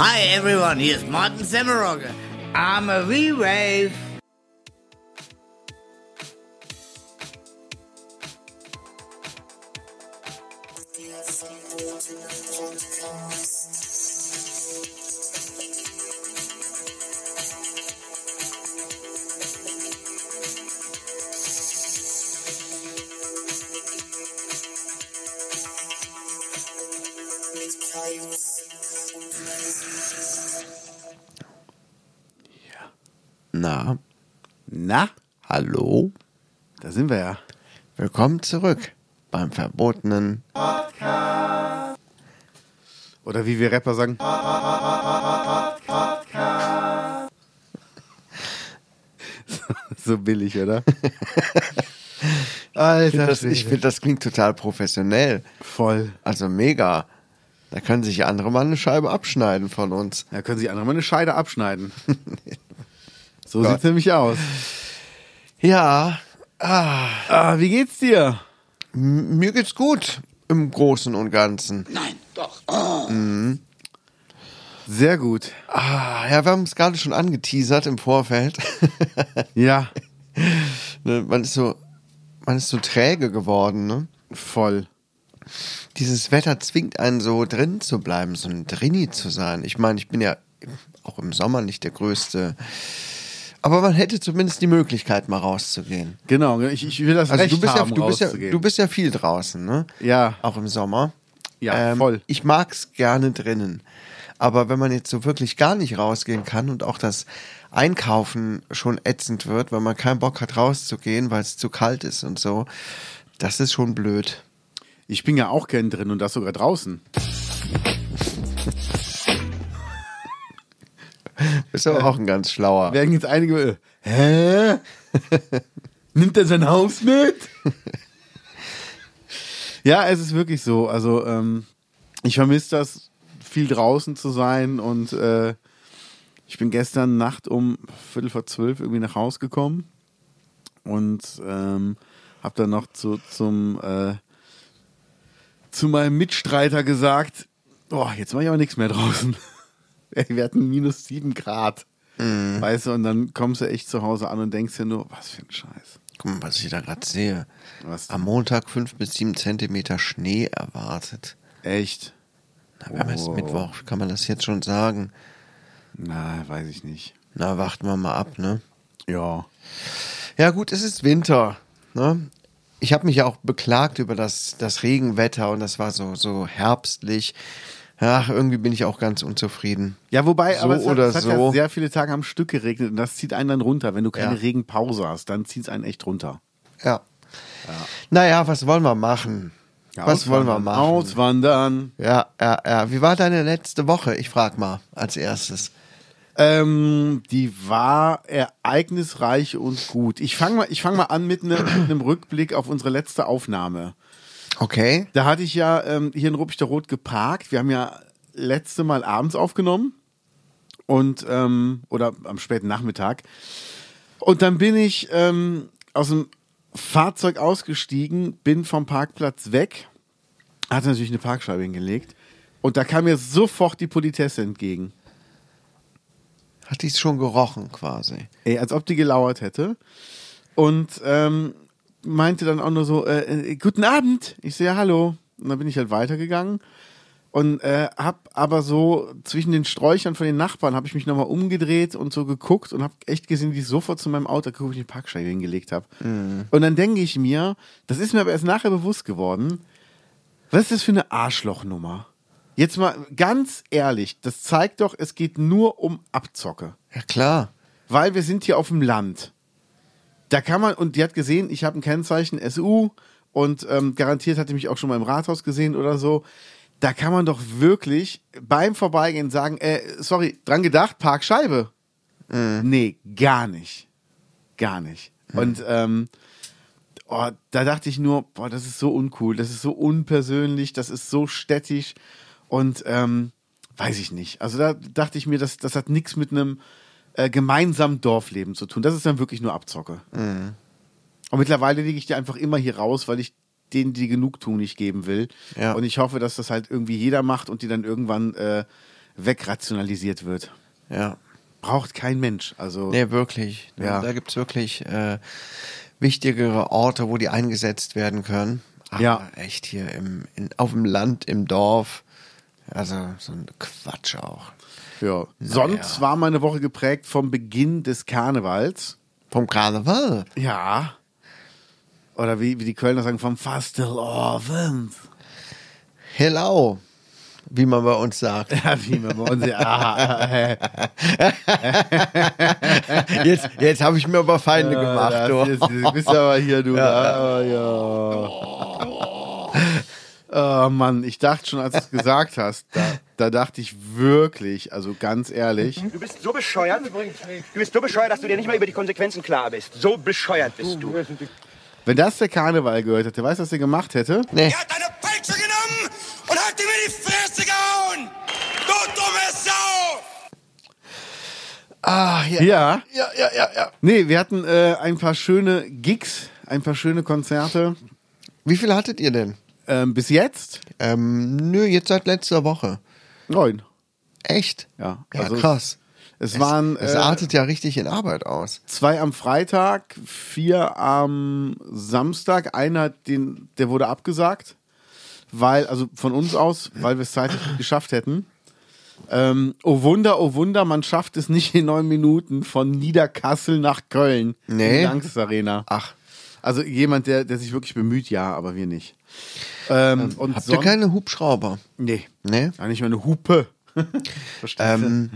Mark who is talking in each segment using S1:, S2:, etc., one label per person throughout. S1: Hi everyone, hier ist Martin Semmerogge. I'm a V-Wave.
S2: Na,
S3: Na,
S2: hallo,
S3: da sind wir ja.
S2: willkommen zurück beim verbotenen.
S3: Oder wie wir Rapper sagen. so billig, oder? Alter,
S2: Das, ich
S3: Schwede.
S2: finde, das klingt total professionell.
S3: voll.
S2: Also mega. Da können sich andere mal eine Scheibe abschneiden von uns.
S3: Da können sich andere mal eine Scheide abschneiden. So
S2: Ja.
S3: sieht's nämlich aus.
S2: Ja,
S3: Ah, wie geht's dir?
S2: m- mir geht's gut im Großen und Ganzen.
S3: Sehr gut.
S2: Ah, ja, wir haben es gerade schon angeteasert im Vorfeld.
S3: Ja,
S2: Ne, man ist so, man ist so träge geworden. Ne?
S3: voll.
S2: Dieses Wetter zwingt einen so drin zu bleiben, so ein Drini zu sein. Ich meine, ich bin ja auch im Sommer nicht der größte. Aber man hätte zumindest die Möglichkeit, mal rauszugehen.
S3: Genau, ich, ich will das
S2: Also
S3: Recht
S2: du bist,
S3: haben,
S2: ja, du, bist ja,
S3: rauszugehen.
S2: du bist ja viel draußen, ne?
S3: Ja.
S2: Auch im Sommer. Ähm,
S3: Ja, voll.
S2: Ich mag's gerne drinnen. Aber wenn man jetzt so wirklich gar nicht rausgehen kann und auch das Einkaufen schon ätzend wird, weil man keinen Bock hat, rauszugehen, weil es zu kalt ist und so, das ist schon blöd.
S3: Ich bin ja auch gern drin und das sogar draußen.
S2: Bist aber auch ein ganz schlauer.
S3: Werden jetzt einige. äh, Hä? Nimmt er sein Haus mit? ja, es ist wirklich so. Also, ähm, ich vermisse das, viel draußen zu sein und äh, ich bin gestern Nacht um Viertel vor zwölf irgendwie nach Haus gekommen und ähm, habe dann noch zu, zum, äh, zu meinem Mitstreiter gesagt: Boah, jetzt mache ich aber nichts mehr draußen. Ey, wir hatten minus sieben Grad.
S2: Mhm.
S3: Weißt du, und dann kommst du echt zu Hause an und denkst dir nur, was für ein Scheiß.
S2: Guck mal, was ich da gerade sehe.
S3: Was?
S2: Am Montag fünf bis sieben Zentimeter Schnee erwartet.
S3: Echt?
S2: Na, wir haben jetzt
S3: Wow.
S2: Mittwoch, kann man das jetzt schon sagen?
S3: Na, weiß ich nicht.
S2: Na, warten wir mal ab, ne?
S3: Ja.
S2: Ja gut, es ist Winter. Ne? Ich habe mich ja auch beklagt über das, das Regenwetter und das war so, so herbstlich. Ach, irgendwie bin ich auch ganz unzufrieden.
S3: Ja, wobei,
S2: So
S3: aber es,
S2: oder
S3: hat, es
S2: so.
S3: hat ja sehr viele Tage am Stück geregnet und das zieht einen dann runter. Wenn du keine
S2: Ja.
S3: Regenpause hast, dann zieht es einen echt runter.
S2: Ja. Naja, was wollen wir machen?
S3: Ja,
S2: was wollen wir
S3: auswandern,
S2: machen?
S3: Auswandern.
S2: Ja, ja, ja. Wie war deine letzte Woche? Ich frag mal als erstes.
S3: Ähm, die war ereignisreich und gut. Ich fange mal, ich fang mal an mit ne- mit einem Rückblick auf unsere letzte Aufnahme.
S2: Okay.
S3: Da hatte ich ja ähm, hier in Ruppichter Rot geparkt. Wir haben ja letzte Mal abends aufgenommen und ähm, oder am späten Nachmittag. Und dann bin ich ähm, aus dem Fahrzeug ausgestiegen, bin vom Parkplatz weg, hatte natürlich eine Parkscheibe hingelegt und da kam mir sofort die Politesse entgegen.
S2: Hat ich's schon gerochen quasi.
S3: Ey, als ob die gelauert hätte. Und ähm, meinte dann auch nur so, äh, äh, guten Abend. Ich so, ja, hallo. Und dann bin ich halt weitergegangen und äh, hab aber so zwischen den Sträuchern von den Nachbarn habe ich mich nochmal umgedreht und so geguckt und hab echt gesehen, wie ich sofort zu meinem Auto geguckt, den Parkschein hingelegt habe. Und dann denke ich mir, das ist mir aber erst nachher bewusst geworden, was ist das für eine Arschlochnummer? Jetzt mal ganz ehrlich, das zeigt doch, es geht nur um Abzocke
S2: Ja klar.
S3: weil wir sind hier auf dem Land. Da kann man, und die hat gesehen, ich habe ein Kennzeichen SU und ähm, garantiert hatte mich auch schon mal im Rathaus gesehen oder so. Da kann man doch wirklich beim Vorbeigehen sagen, äh, sorry, dran gedacht, Parkscheibe. Nee, gar nicht. Gar nicht. Und ähm, oh, da dachte ich nur, boah, das ist so uncool, das ist so unpersönlich, das ist so städtisch und ähm, weiß ich nicht. Also da dachte ich mir, das, das hat nichts mit einem äh, gemeinsamen Dorfleben zu tun. Das ist dann wirklich nur Abzocke. Und mittlerweile lege ich die einfach immer hier raus, weil ich denen die Genugtuung nicht geben will.
S2: Ja.
S3: Und ich hoffe, dass das halt irgendwie jeder macht und die dann irgendwann äh, wegrationalisiert wird.
S2: Ja.
S3: Braucht kein Mensch. Also
S2: Nee, wirklich.
S3: Ja.
S2: Da gibt es wirklich äh, wichtigere Orte, wo die eingesetzt werden können. Aber
S3: Ja.
S2: echt hier im, in, auf dem Land, im Dorf. Also so ein Quatsch auch.
S3: Ah, ja. Sonst
S2: ja.
S3: war meine Woche geprägt vom Beginn des Karnevals.
S2: Vom Karneval.
S3: Ja. Oder wie, wie die Kölner sagen, vom Fastelabend.
S2: Hello. Wie man bei uns sagt.
S3: Ja, wie wir bei uns. Ah, äh,
S2: Jetzt, jetzt habe ich mir aber Feinde gemacht.
S3: das
S2: Du.
S3: ist- Du bist aber hier, du. Ja. Ja. Oh Mann, ich dachte schon, als du es gesagt hast, da, da dachte ich wirklich, also ganz ehrlich,
S4: Du bist so bescheuert. Du bist so bescheuert, dass du dir nicht mal über die Konsequenzen klar bist. So bescheuert bist du.
S3: wenn das der Karneval gehört hätte, weißt du, was er gemacht hätte?
S2: Nee.
S5: Er hat eine Peitsche genommen und hat ihm in die Fresse gehauen. Du dumme Sau!
S2: Ah, ja.
S3: Ja.
S2: Ja, ja, ja, ja.
S3: Nee, wir hatten äh, ein paar schöne Gigs, ein paar schöne Konzerte.
S2: Wie viel hattet ihr denn?
S3: Ähm, bis jetzt
S2: Ähm, nö, jetzt seit letzter Woche.
S3: neun.
S2: Echt?
S3: Ja,
S2: ja
S3: also es-
S2: krass.
S3: Es, waren
S2: es, es
S3: äh,
S2: artet ja richtig in Arbeit aus.
S3: zwei am Freitag, vier am Samstag. Einer, hat den, der wurde abgesagt, weil, also von uns aus, weil wir es zeitlich nicht geschafft hätten. Ähm, oh Wunder, oh Wunder, man schafft es nicht in neun Minuten von Niederkassel nach Köln.
S2: Nee.
S3: In die Lanxess Arena.
S2: Ach.
S3: Also jemand, der, der sich wirklich bemüht, ja, aber wir nicht. Ähm, und
S2: Habt ihr
S3: sonst-
S2: keine Hubschrauber?
S3: Nee.
S2: Nee?
S3: Ja, nicht mal eine Hupe. Verstehst
S2: Ähm,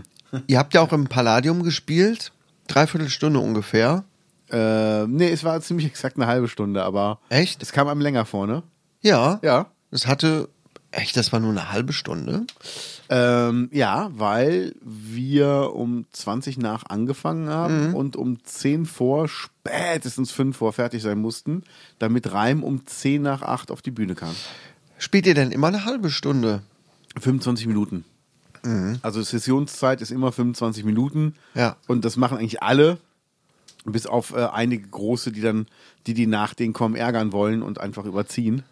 S2: ihr habt ja auch im Palladium gespielt. Dreiviertel Stunde ungefähr.
S3: du? Äh, nee, es war ziemlich exakt eine halbe Stunde, aber.
S2: Echt?
S3: Es kam einem länger vor, ne?
S2: Ja.
S3: Ja.
S2: Es hatte. Echt, das war nur eine halbe Stunde?
S3: Ähm, ja, weil wir um 20 nach angefangen haben und um 10 vor, spätestens 5 vor fertig sein mussten, damit Reim um 10 nach 8 auf die Bühne kam.
S2: Spielt ihr denn immer eine halbe Stunde?
S3: 25 Minuten. Also Sessionszeit ist immer 25 Minuten.
S2: Ja.
S3: Und das machen eigentlich alle, bis auf äh, einige große, die dann, die die nach denen kommen, ärgern wollen und einfach überziehen.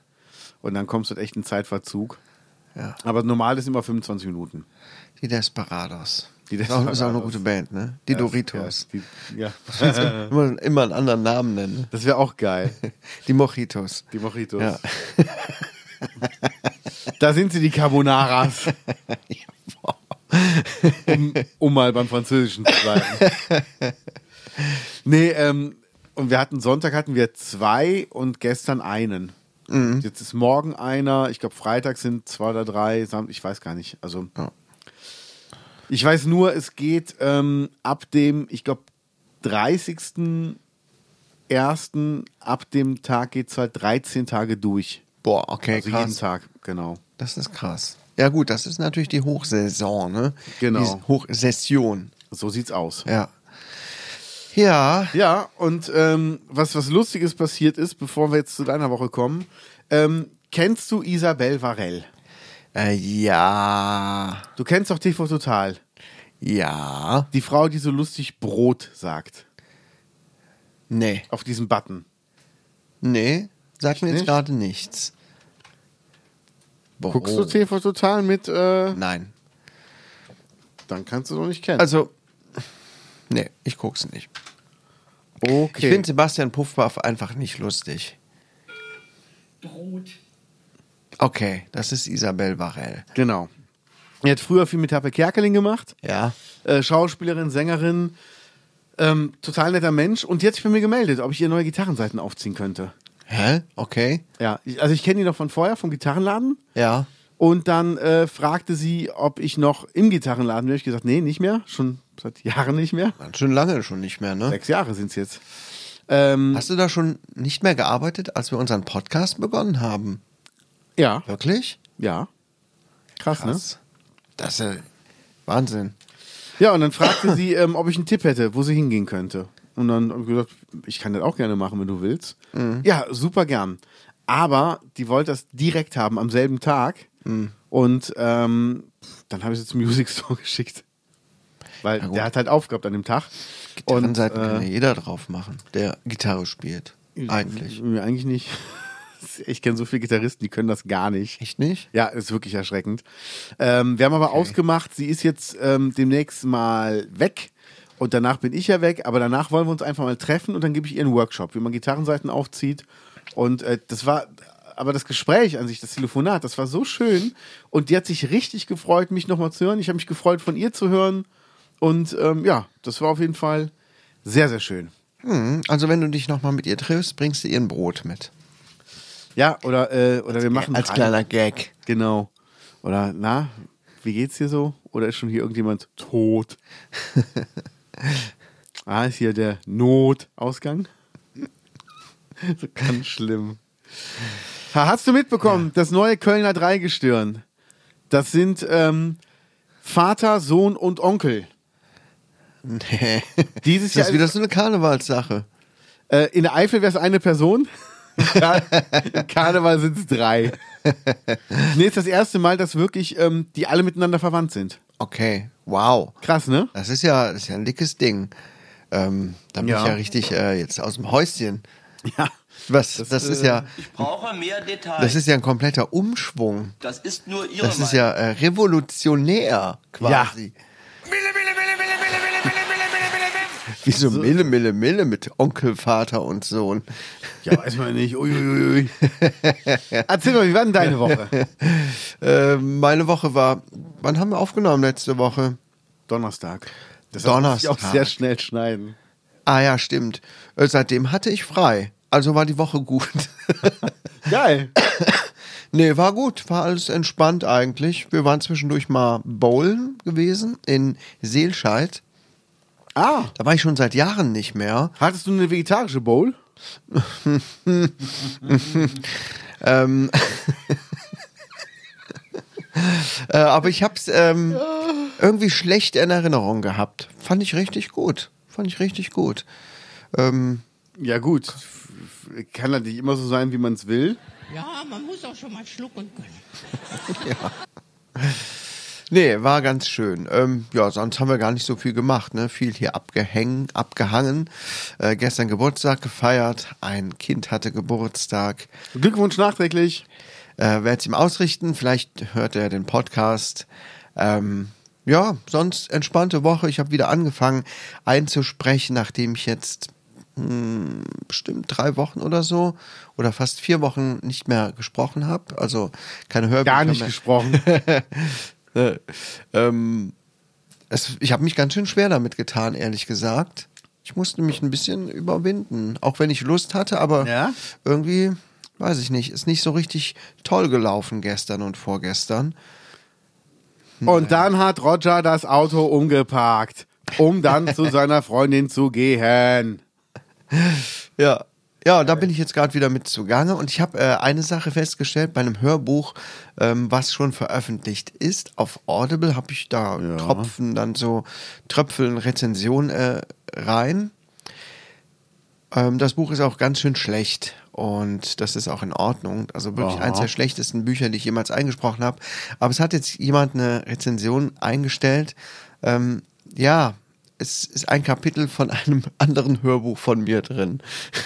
S3: Und dann kommst du halt echt in Zeitverzug.
S2: Ja.
S3: Aber normal ist immer 25 Minuten.
S2: Die Desperados.
S3: Die
S2: Ist auch eine
S3: Desperados.
S2: gute Band, ne? Die Doritos.
S3: Ja, Äh. die, ja.
S2: Immer, immer einen anderen Namen nennen.
S3: Das wäre auch geil.
S2: Die Mojitos.
S3: Die Mojitos.
S2: Ja.
S3: Da sind sie, die Carbonaras. um, um mal beim Französischen zu bleiben. Nee, ähm, und wir hatten Sonntag hatten wir zwei und gestern einen.
S2: Mhm.
S3: Jetzt ist morgen einer, ich glaube Freitag sind zwei oder drei, Sam- ich weiß gar nicht. Also
S2: Ja.
S3: ich weiß nur, es geht ähm, ab dem, ich glaube, 30. Ersten, ab dem Tag geht es halt 13 Tage durch.
S2: Boah, okay,
S3: Also jeden
S2: krass.
S3: Tag, genau.
S2: Das ist krass. Ja gut, das ist natürlich die Hochsaison, ne?
S3: Genau.
S2: Die Hochsession.
S3: So sieht's aus.
S2: Ja. Ja,
S3: Ja, und ähm, was, was Lustiges passiert ist, bevor wir jetzt zu deiner Woche kommen, ähm, kennst du Isabel Varell?
S2: äh, ja,
S3: Du kennst doch TV Total.
S2: ja,
S3: Die Frau, die so lustig Brot sagt.
S2: nee,
S3: Auf diesem Button.
S2: nee, sagt mir jetzt
S3: nicht?
S2: gerade nichts. Warum?
S3: Guckst du TV Total mit, äh,
S2: Nein,
S3: dann kannst du doch nicht kennen.
S2: also, nee, ich guck's nicht. Ich
S3: okay.
S2: finde Sebastian Puffpaff einfach nicht lustig.
S6: Brot.
S2: Okay, das ist Isabel Varell.
S3: genau. Er hat früher viel mit Happe Kerkeling gemacht.
S2: Ja,
S3: äh, Schauspielerin, Sängerin, ähm, total netter Mensch. Und die hat sich bei mir gemeldet, ob ich ihr neue Gitarrenseiten aufziehen könnte.
S2: hä, okay,
S3: Ja, ich, also ich kenne die noch von vorher, vom Gitarrenladen.
S2: ja,
S3: Und dann äh, fragte sie, ob ich noch im Gitarrenladen wäre. Ich gesagt, nee, nicht mehr. Schon seit Jahren nicht mehr.
S2: ganz schön lange schon nicht mehr, ne?
S3: Sechs Jahre sind es jetzt. Ähm,
S2: Hast du da schon nicht mehr gearbeitet, als wir unseren Podcast begonnen haben?
S3: ja,
S2: Wirklich?
S3: ja. Krass,
S2: Krass. Das ist ja Wahnsinn.
S3: ne? Ja, und dann fragte sie, ähm, ob ich einen Tipp hätte, wo sie hingehen könnte. Und dann habe ich gesagt, ich kann das auch gerne machen, wenn du willst.
S2: Mhm.
S3: Ja, super gern. Aber die wollte das direkt haben, am selben Tag.
S2: Mhm.
S3: Und ähm, dann habe ich sie zum Music Store geschickt. Weil
S2: gut.
S3: der hat halt aufgehabt an dem Tag.
S2: Gitarrenseiten
S3: Und, äh,
S2: kann ja jeder drauf machen, der Gitarre spielt. Eigentlich.
S3: Eigentlich nicht. Ich kenne so viele Gitarristen, die können das gar nicht.
S2: Echt nicht?
S3: Ja, ist wirklich erschreckend. Ähm, wir haben aber ausgemacht, sie ist jetzt ähm, demnächst mal weg. Und danach bin ich ja weg, aber danach wollen wir uns einfach mal treffen und dann gebe ich ihr einen Workshop, wie man Gitarrenseiten aufzieht. Und äh, das war, aber das Gespräch an sich, das Telefonat, das war so schön. Und die hat sich richtig gefreut, mich nochmal zu hören. Ich habe mich gefreut, von ihr zu hören. Und ähm, ja, das war auf jeden Fall sehr, sehr schön.
S2: Hm, also wenn du dich nochmal mit ihr triffst, bringst du ihr ein Brot mit.
S3: Ja, oder, äh, oder wir machen
S2: Als
S3: drei.
S2: kleiner Gag.
S3: Genau. Oder, na, wie geht's hier so? Oder ist schon hier irgendjemand tot? ah, ist hier der Notausgang? so ganz schlimm. Ha, Hast du mitbekommen, das neue Kölner Dreigestirn? Das sind ähm, Vater, Sohn und Onkel.
S2: Nee.
S3: Dieses
S2: Das ist also
S3: Jahr-
S2: wieder so eine Karnevalssache.
S3: Äh, in der Eifel wäre es eine Person. Kar- Karneval sind es drei. nee, ist das erste Mal, dass wirklich ähm, die alle miteinander verwandt sind.
S2: Okay, wow.
S3: Krass, ne?
S2: Das ist ja, das ist ja ein dickes Ding. Ähm, da bin
S3: Ja.
S2: ich ja richtig äh, jetzt aus dem Häuschen.
S3: Ja.
S2: Was? Das,
S5: äh,
S2: ist ja,
S7: Brauche mehr Details.
S2: das ist ja ein kompletter Umschwung.
S7: Das ist nur Ihre
S2: Das ist ja äh, revolutionär quasi.
S5: Mille, Mille, Mille, Mille, Mille, Mille, Mille, Mille, Mille, Mille, Mille.
S2: Wie so Mille, Mille, Mille mit Onkel, Vater und Sohn.
S3: Ja, weiß man nicht. Uiuiui. Erzähl mal, wie war denn deine Woche?
S2: Äh, meine Woche war, wann haben wir aufgenommen letzte Woche?
S3: Donnerstag. Das
S2: Donnerstag.
S3: muss ich auch sehr schnell schneiden.
S2: Ah ja, stimmt. Äh, seitdem hatte ich frei. Also war die Woche gut.
S3: Geil.
S2: Nee, war gut, war alles entspannt eigentlich. Wir waren zwischendurch mal bowlen gewesen in Seelscheid.
S3: Ah,
S2: Da war ich schon seit Jahren nicht mehr.
S3: hattest du eine vegetarische Bowl?
S2: Ähm, äh, aber ich hab's ähm, irgendwie schlecht in Erinnerung gehabt. Fand ich richtig gut. Fand ich richtig gut. Ähm,
S3: Ja, gut. F- f- Kann natürlich immer so sein, wie man es will.
S6: Ja, man muss auch schon mal schlucken können.
S2: nee, war ganz schön. Ähm, ja, sonst haben wir gar nicht so viel gemacht. Ne? Viel hier abgehängen, abgehangen. Äh, gestern Geburtstag gefeiert. Ein Kind hatte Geburtstag.
S3: Glückwunsch nachträglich.
S2: äh, werde es ihm ausrichten. Vielleicht hört er den Podcast. Ähm, ja, sonst entspannte Woche. Ich habe wieder angefangen einzusprechen, nachdem ich jetzt hm, bestimmt drei Wochen oder so oder fast vier Wochen nicht mehr gesprochen habe. Also keine Hörbücher
S3: Gar nicht
S2: mehr.
S3: gesprochen.
S2: Äh, ähm, es, ich habe mich ganz schön schwer damit getan, ehrlich gesagt. Ich musste mich ein bisschen überwinden, auch wenn ich Lust hatte, aber
S3: Ja?
S2: irgendwie, weiß ich nicht, ist nicht so richtig toll gelaufen gestern und vorgestern.
S3: Und dann hat Roger das Auto umgeparkt, um dann zu seiner Freundin zu gehen.
S2: Ja. Ja, da bin ich jetzt gerade wieder mit zugange und ich habe äh, eine Sache festgestellt bei einem Hörbuch, ähm, was schon veröffentlicht ist. Auf Audible habe ich da Tropfen, dann so Tröpfeln, Rezension äh, rein. Ähm, das Buch ist auch ganz schön schlecht und das ist auch in Ordnung. Also wirklich eins der schlechtesten Bücher, die ich jemals eingesprochen habe. Aber es hat jetzt jemand eine Rezension eingestellt. Ähm, ja, es ist ein Kapitel von einem anderen Hörbuch von mir drin.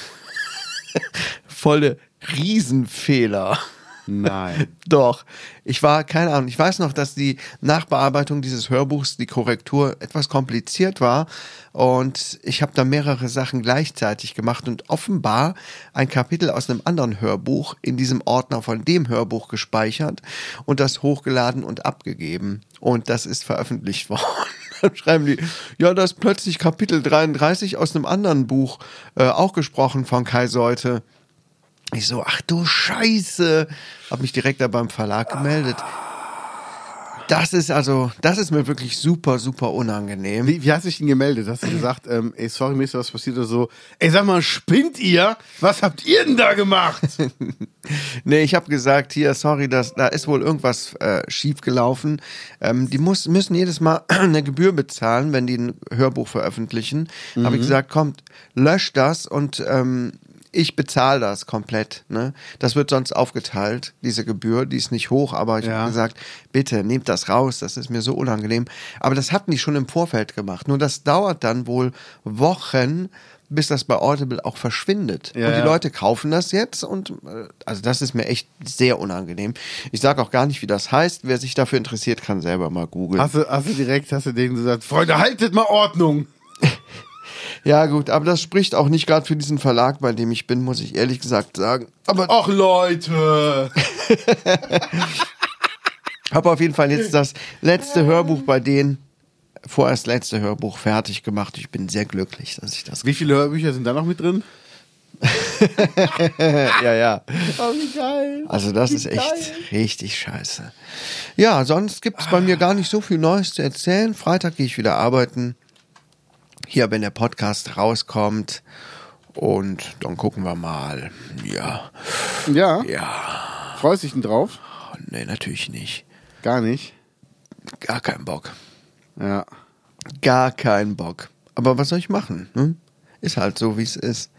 S2: Volle Riesenfehler.
S3: Nein.
S2: Doch, ich war, keine Ahnung, ich weiß noch, dass die Nachbearbeitung dieses Hörbuchs, die Korrektur etwas kompliziert war und ich habe da mehrere Sachen gleichzeitig gemacht und offenbar ein Kapitel aus einem anderen Hörbuch in diesem Ordner von dem Hörbuch gespeichert und das hochgeladen und abgegeben und das ist veröffentlicht worden. Dann schreiben die, ja, da ist plötzlich Kapitel 33 aus einem anderen Buch, äh, auch gesprochen von Kai Seute. Ich so, ach du Scheiße. Hab mich direkt da beim Verlag gemeldet. Das ist also, das ist mir wirklich super, super unangenehm.
S3: Wie, wie hast du dich denn gemeldet? Hast du gesagt, ähm, ey, sorry, mir ist was passiert oder so? Ey, sag mal, spinnt ihr? Was habt ihr denn da gemacht?
S2: Nee, ich habe gesagt, hier, sorry, das, da ist wohl irgendwas äh, schief gelaufen. Ähm, die muss, müssen jedes Mal eine Gebühr bezahlen, wenn die ein Hörbuch veröffentlichen. Hab
S3: Mhm.
S2: Habe ich gesagt, kommt, löscht das und ähm, ich bezahle das komplett. Ne? Das wird sonst aufgeteilt, diese Gebühr, die ist nicht hoch, aber ich hab
S3: Ja.
S2: habe gesagt, gesagt, bitte nehmt das raus, das ist mir so unangenehm. Aber das hatten die schon im Vorfeld gemacht. Nur das dauert dann wohl Wochen, bis das bei Audible auch verschwindet.
S3: Ja,
S2: und die
S3: ja.
S2: Leute kaufen das jetzt und äh, also das ist mir echt sehr unangenehm. Ich sage auch gar nicht, wie das heißt. Wer sich dafür interessiert, kann selber mal googeln.
S3: Hast du, hast du direkt, hast du denen gesagt, Freunde, haltet mal Ordnung.
S2: Ja, gut, aber das spricht auch nicht gerade für diesen Verlag, bei dem ich bin, muss ich ehrlich gesagt sagen. Aber
S3: Ach Leute.
S2: habe auf jeden Fall jetzt das letzte Hörbuch bei denen, vorerst letzte Hörbuch fertig gemacht. Ich bin sehr glücklich, dass ich das.
S3: Wie viele Hörbücher sind da noch mit drin?
S2: Ja, ja.
S3: Oh, wie geil.
S2: Also das ist echt richtig scheiße. Ja, sonst gibt es bei mir gar nicht so viel Neues zu erzählen. Freitag gehe ich wieder arbeiten. Hier, wenn der Podcast rauskommt. Und dann gucken wir mal. Ja.
S3: Ja.
S2: Ja.
S3: Freust dich denn drauf?
S2: Nee, natürlich nicht.
S3: Gar nicht.
S2: Gar keinen Bock.
S3: Ja.
S2: Gar keinen Bock. Aber was soll ich machen? Hm? Ist halt so, wie es ist.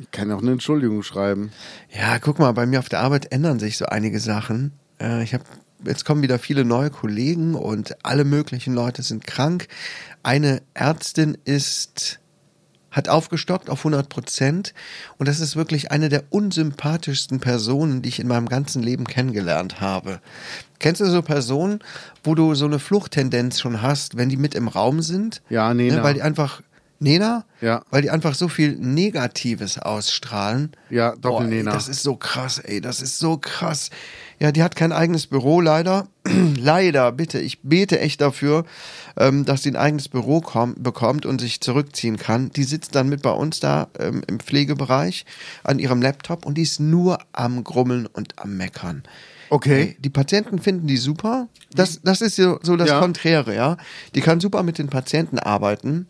S3: Ich kann auch eine Entschuldigung schreiben.
S2: Ja, guck mal, bei mir auf der Arbeit ändern sich so einige Sachen. Äh, ich habe jetzt kommen wieder viele neue Kollegen und alle möglichen Leute sind krank. Eine Ärztin ist hat aufgestockt auf 100 Prozent und das ist wirklich eine der unsympathischsten Personen, die ich in meinem ganzen Leben kennengelernt habe. Kennst du so Personen, wo du so eine Fluchttendenz schon hast, wenn die mit im Raum sind?
S3: Ja, Nena.
S2: Ne, weil die einfach Nena?
S3: Ja.
S2: Weil die einfach so viel Negatives ausstrahlen.
S3: Ja, Doppel-Nena.
S2: Boah, ey, Das ist so krass, ey. Das ist so krass. Ja, die hat kein eigenes Büro, leider. leider, bitte. Ich bete echt dafür, ähm, dass sie ein eigenes Büro komm, bekommt und sich zurückziehen kann. Die sitzt dann mit bei uns da ähm, im Pflegebereich an ihrem Laptop und die ist nur am Grummeln und am Meckern.
S3: Okay.
S2: Ey, Die Patienten finden die super. Das, das ist so, so das
S3: Ja.
S2: Konträre, ja. Die kann super mit den Patienten arbeiten.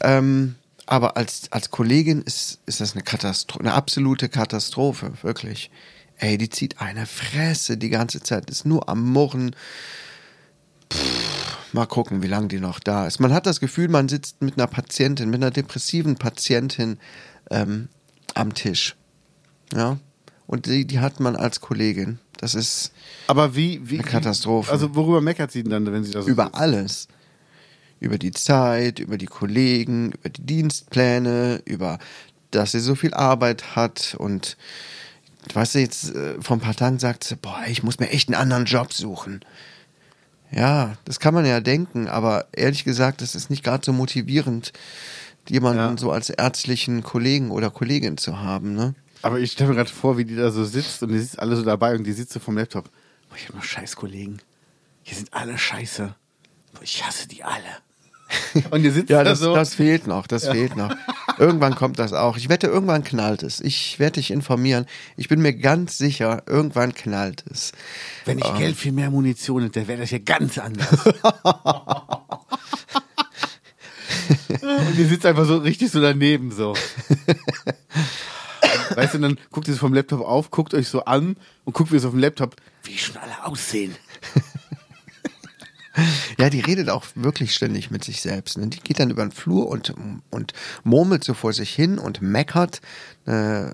S2: Ähm, aber als, als Kollegin ist, ist das eine Katastrophe, eine absolute Katastrophe, wirklich. Ey, die zieht eine Fresse die ganze Zeit, ist nur am Murren. Pff, mal gucken, wie lange die noch da ist. Man hat das Gefühl, man sitzt mit einer Patientin, mit einer depressiven Patientin ähm, am Tisch. Ja. Und die, die hat man als Kollegin. Das ist
S3: Aber wie, wie.
S2: Eine Katastrophe.
S3: Also worüber meckert sie denn dann, wenn sie das
S2: über alles. Über die Zeit, über die Kollegen, über die Dienstpläne, über dass sie so viel Arbeit hat und weißt du, jetzt äh, vor ein paar Tagen sagt sie, boah, ich muss mir echt einen anderen Job suchen. Ja, das kann man ja denken, aber ehrlich gesagt, das ist nicht gerade so motivierend, jemanden
S3: Ja.
S2: so als ärztlichen Kollegen oder Kollegin zu haben, ne?
S3: Aber ich stelle mir gerade vor, wie die da so sitzt und die sitzt alle so dabei und die sitzt so vom Laptop. Boah, ich habe nur scheiß Kollegen. Hier sind alle scheiße. Boah, ich hasse die alle. Und ihr sitzt
S2: Ja,
S3: da
S2: das,
S3: so.
S2: das fehlt noch, das fehlt noch. Irgendwann kommt das auch. Ich wette, irgendwann knallt es. Ich werde dich informieren. Ich bin mir ganz sicher, irgendwann knallt es.
S3: wenn ich Geld für mehr Munition hätte, dann wäre das ja ganz anders. und ihr sitzt einfach so richtig so daneben so. Weißt du, dann guckt ihr so vom Laptop auf, guckt euch so an und guckt, wie es auf dem Laptop, wie schon alle aussehen.
S2: Ja, die redet auch wirklich ständig mit sich selbst. Ne? Die geht dann über den Flur und, und murmelt so vor sich hin und meckert. Äh,